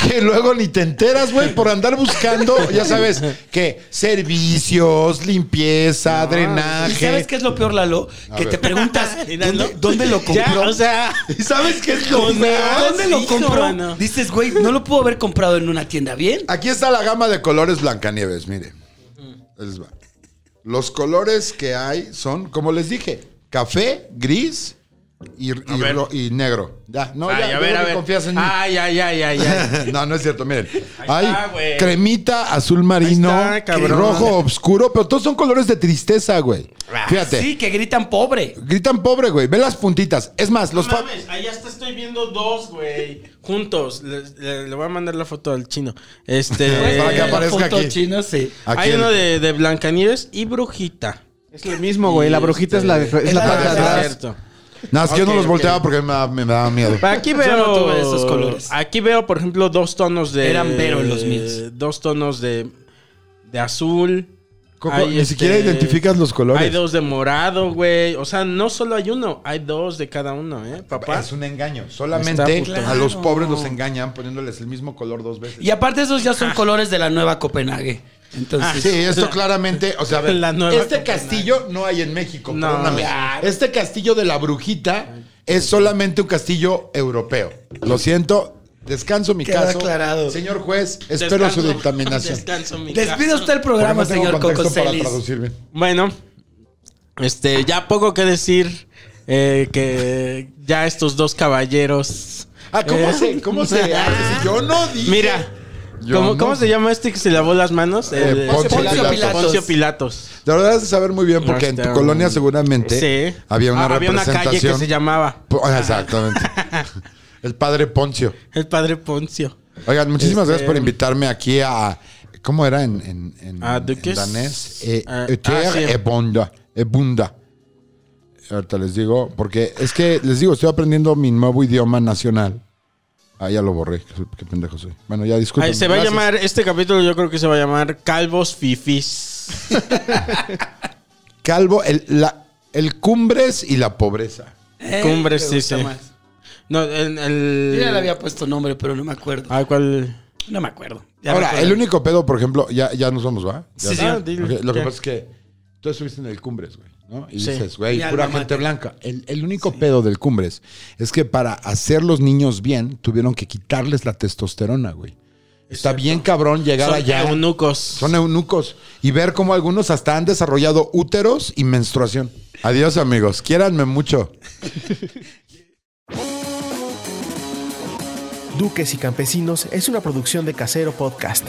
Speaker 4: Que luego ni te enteras, güey, por andar buscando, ya sabes, que servicios, limpieza,
Speaker 2: ¿Y sabes
Speaker 4: drenaje.
Speaker 2: qué es lo peor, Lalo?
Speaker 4: Ah, A
Speaker 2: que
Speaker 4: ver.
Speaker 2: te preguntas,
Speaker 3: Míralo.
Speaker 2: ¿dónde, dónde lo compró?
Speaker 3: Ya, o sea,
Speaker 2: ¿Y sabes qué es lo
Speaker 3: Jonás,
Speaker 2: peor? ¿Dónde lo
Speaker 3: hijo,
Speaker 2: compró?
Speaker 3: mano.
Speaker 2: Dices, güey, no lo puedo haber comprado en una tienda bien.
Speaker 4: Aquí está la gama de colores Blancanieves, mire. Ahí les va. Los colores que hay son, como les dije, café, gris y, y
Speaker 3: ver.
Speaker 4: ro- y negro. Ya, (laughs) no,
Speaker 3: Ay,
Speaker 4: ya,
Speaker 3: a ver,
Speaker 4: luego
Speaker 3: a
Speaker 4: ni
Speaker 3: ver.
Speaker 4: confías en mí. (laughs)
Speaker 3: Ay, ay, ay, ay, ay.
Speaker 4: no, no es cierto, miren.
Speaker 3: Ahí
Speaker 4: Hay
Speaker 3: está, güey.
Speaker 4: cremita, azul marino,
Speaker 3: Ahí está, cabrón.
Speaker 4: rojo oscuro, pero todos son colores de tristeza, güey.
Speaker 3: Ah,
Speaker 4: Fíjate.
Speaker 2: Sí, que gritan pobre.
Speaker 4: Gritan pobre, güey. Ve las puntitas. Es más, (laughs) los
Speaker 3: No
Speaker 4: fa-
Speaker 3: mames, allá hasta estoy viendo dos, güey. Juntos. Le, le- le voy a mandar la foto al chino. Este.
Speaker 4: (laughs) Para que aparezca
Speaker 2: Foto
Speaker 4: aquí.
Speaker 2: china, sí.
Speaker 4: Aquí
Speaker 3: Hay
Speaker 4: el-
Speaker 3: uno de, de Blancanieves y Brujita. este,
Speaker 6: Es lo mismo, güey. La brujita es la, es la
Speaker 2: Ah,
Speaker 6: parte de
Speaker 2: sí,
Speaker 6: atrás.
Speaker 3: cierto.
Speaker 4: Nada, es que yo no
Speaker 3: Ok,
Speaker 4: los
Speaker 3: ok.
Speaker 4: volteaba porque me da- me daba miedo.
Speaker 3: Pero aquí
Speaker 2: Yo
Speaker 3: veo
Speaker 2: no tuve esos colores.
Speaker 3: Aquí veo, por ejemplo, dos tonos de
Speaker 2: Eran Vero los míos.
Speaker 3: Dos tonos de de azul.
Speaker 4: Coco,
Speaker 3: Hay,
Speaker 4: ni
Speaker 3: este,
Speaker 4: siquiera identificas los colores.
Speaker 3: Hay dos de morado, güey. O sea, no solo hay uno, hay dos de cada uno, ¿eh, papá?
Speaker 4: Es un engaño.
Speaker 3: Está
Speaker 4: Solamente
Speaker 3: puto.
Speaker 4: a los
Speaker 2: Claro.
Speaker 4: pobres los engañan poniéndoles el mismo color dos veces.
Speaker 2: Y aparte esos ya son colores de la nueva Copenhague. Entonces,
Speaker 4: Ah, Sí, esto claramente, o sea, a ver,
Speaker 3: La nueva
Speaker 4: este
Speaker 3: Copenhague.
Speaker 4: castillo no hay en México,
Speaker 3: No.
Speaker 4: perdóname. Este castillo de la brujita es solamente un castillo europeo. Lo siento, descanso mi
Speaker 2: Queda
Speaker 4: caso.
Speaker 2: aclarado.
Speaker 4: Señor juez, espero
Speaker 3: Descanso-
Speaker 4: su dictaminación.
Speaker 3: Descanso mi
Speaker 2: despide
Speaker 3: caso.
Speaker 2: usted el
Speaker 4: Porque
Speaker 2: programa,
Speaker 4: no tengo
Speaker 2: señor
Speaker 4: contexto
Speaker 2: Coco
Speaker 4: para
Speaker 2: Celis.
Speaker 4: traducir bien.
Speaker 3: Bueno, este, ya poco que decir eh, que ya estos dos caballeros.
Speaker 4: Ah, ¿cómo
Speaker 3: Eh.
Speaker 4: se, cómo se
Speaker 3: (laughs)
Speaker 4: hace? Si Yo no dije.
Speaker 3: Mira,
Speaker 4: Yo
Speaker 3: ¿cómo,
Speaker 4: no.
Speaker 3: cómo se llama este que se lavó las manos?
Speaker 4: Eh,
Speaker 3: El-
Speaker 4: Poncio
Speaker 2: Poncio Pilatos. Pilatos.
Speaker 3: Poncio Pilatos.
Speaker 4: La verdad es saber muy bien porque en tu
Speaker 3: Este,
Speaker 4: colonia seguramente
Speaker 3: Sí.
Speaker 4: había una
Speaker 3: Ah, había una
Speaker 4: representación.
Speaker 3: calle que se llamaba
Speaker 4: Po- ah,
Speaker 3: (laughs)
Speaker 4: Exactamente. El padre Poncio.
Speaker 3: El Padre Poncio.
Speaker 4: Oigan, muchísimas
Speaker 3: Este-
Speaker 4: gracias por invitarme aquí a. ¿Cómo era en, en, en,
Speaker 3: Ah,
Speaker 4: en
Speaker 3: Duques.
Speaker 4: danés? Eh,
Speaker 3: Ah,
Speaker 4: Eter
Speaker 3: ah, sí.
Speaker 4: Ebunda. Ebunda. Ahorita les digo, porque es que les digo, estoy aprendiendo mi nuevo idioma nacional. Ah, ya lo borré. Qué- Qué pendejo soy. Bueno, ya disculpen.
Speaker 3: Ay, se va a llamar, este capítulo yo creo que se va a llamar Calvos Fifis.
Speaker 4: Calvo, el, la- el cumbres y la pobreza.
Speaker 2: Eh,
Speaker 3: Cumbres,
Speaker 2: me
Speaker 3: sí,
Speaker 2: gusta
Speaker 3: sí.
Speaker 2: más.
Speaker 3: No, el...
Speaker 2: Yo
Speaker 3: el-
Speaker 2: ya le había puesto nombre, pero no me acuerdo.
Speaker 3: Ah, ¿cuál?
Speaker 2: No me acuerdo. Ya me
Speaker 4: Ahora,
Speaker 2: acuerdo.
Speaker 4: el único pedo, por ejemplo, ya, ya nos vamos, ¿va? Ya
Speaker 2: Sí,
Speaker 4: está.
Speaker 2: señor.
Speaker 3: Ah, dilo.
Speaker 4: Ok, lo que
Speaker 3: Ya.
Speaker 4: pasa es que tú estuviste en el Cumbres, güey, ¿no? Y
Speaker 3: Sí.
Speaker 4: dices, güey,
Speaker 2: Mi alma
Speaker 4: pura gente
Speaker 2: mater.
Speaker 4: blanca. El, el único pedo del Cumbres es que para hacer los niños bien, tuvieron que quitarles la testosterona, güey. Está bien cabrón llegar
Speaker 3: Son
Speaker 4: allá.
Speaker 3: eunucos.
Speaker 4: Son eunucos. Y ver cómo algunos hasta han desarrollado úteros y menstruación. Adiós, amigos. Quiéranme mucho.
Speaker 8: Duques y Campesinos es una producción de Casero Podcast.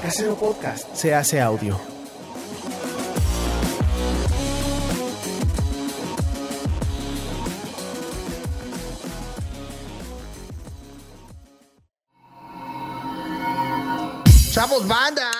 Speaker 8: Casero Podcast se hace audio.
Speaker 9: ¡Chavos, banda!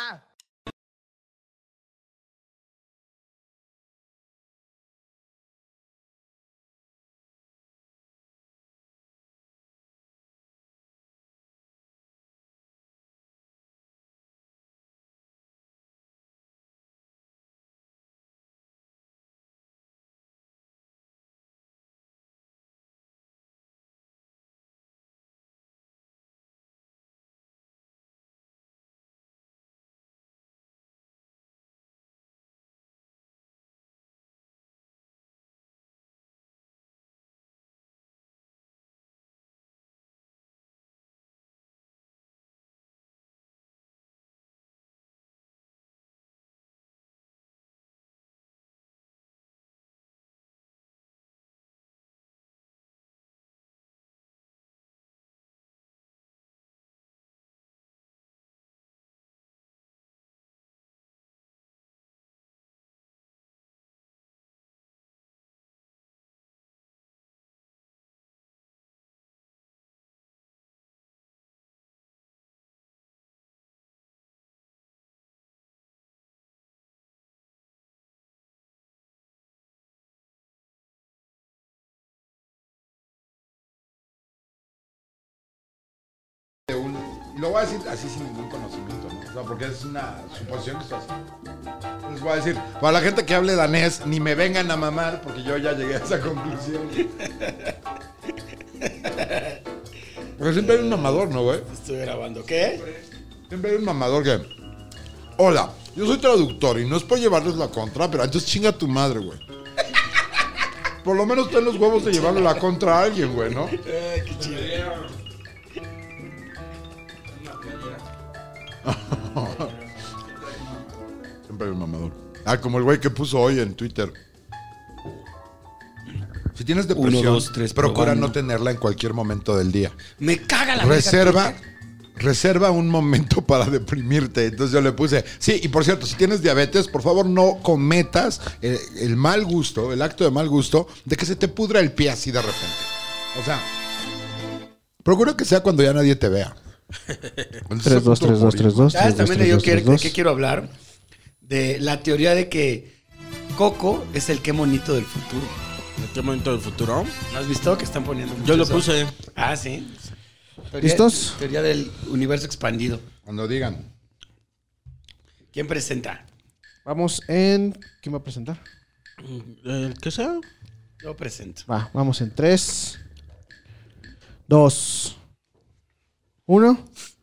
Speaker 4: de un. y Lo voy a decir así sin ningún conocimiento, ¿no? O sea, porque es una suposición que estoy haciendo. Les voy a decir, para la gente que hable danés, ni me vengan a mamar, porque yo ya llegué a esa conclusión. Porque siempre hay un mamador, ¿no, güey?
Speaker 2: Estoy grabando. ¿Qué?
Speaker 4: Siempre hay un mamador que. Hola, yo soy traductor y no es por llevarles la contra, pero entonces chinga tu madre, güey. Por lo menos ten los huevos de llevarle la contra a alguien, güey, ¿no? Siempre hay un mamador. Ah, como el güey que puso hoy en Twitter. Si tienes depresión,
Speaker 2: dos, tres,
Speaker 4: procura
Speaker 2: probando.
Speaker 4: no tenerla en cualquier momento del día.
Speaker 2: Me caga la verga
Speaker 4: reserva,
Speaker 2: Twitter.
Speaker 4: reserva un momento para deprimirte. Entonces yo le puse, sí, y por cierto, si tienes diabetes, por favor no cometas el, el mal gusto, el acto de mal gusto, de que se te pudra el pie así de repente. O sea, procura que sea cuando ya nadie te vea. Cuando estés a
Speaker 6: 3, 2,
Speaker 4: punto de morir.
Speaker 6: 3, 2, 3, 2.
Speaker 2: ¿Sabes Ah, también de yo quiero- de qué quiero hablar? De la teoría de que Coco es el qué monito del futuro.
Speaker 3: ¿En qué momento del futuro?
Speaker 2: ¿No has visto que están poniendo?
Speaker 3: Yo
Speaker 2: mucho
Speaker 3: lo
Speaker 2: eso?
Speaker 3: puse.
Speaker 2: Ah, sí. Teoría-
Speaker 6: ¿Listos?
Speaker 2: Teoría del universo expandido.
Speaker 4: Cuando digan.
Speaker 2: ¿Quién presenta?
Speaker 6: Vamos en. ¿Quién va a presentar?
Speaker 3: ¿El qué sea?
Speaker 2: Yo presento.
Speaker 6: Va, vamos en 3, 2, 1.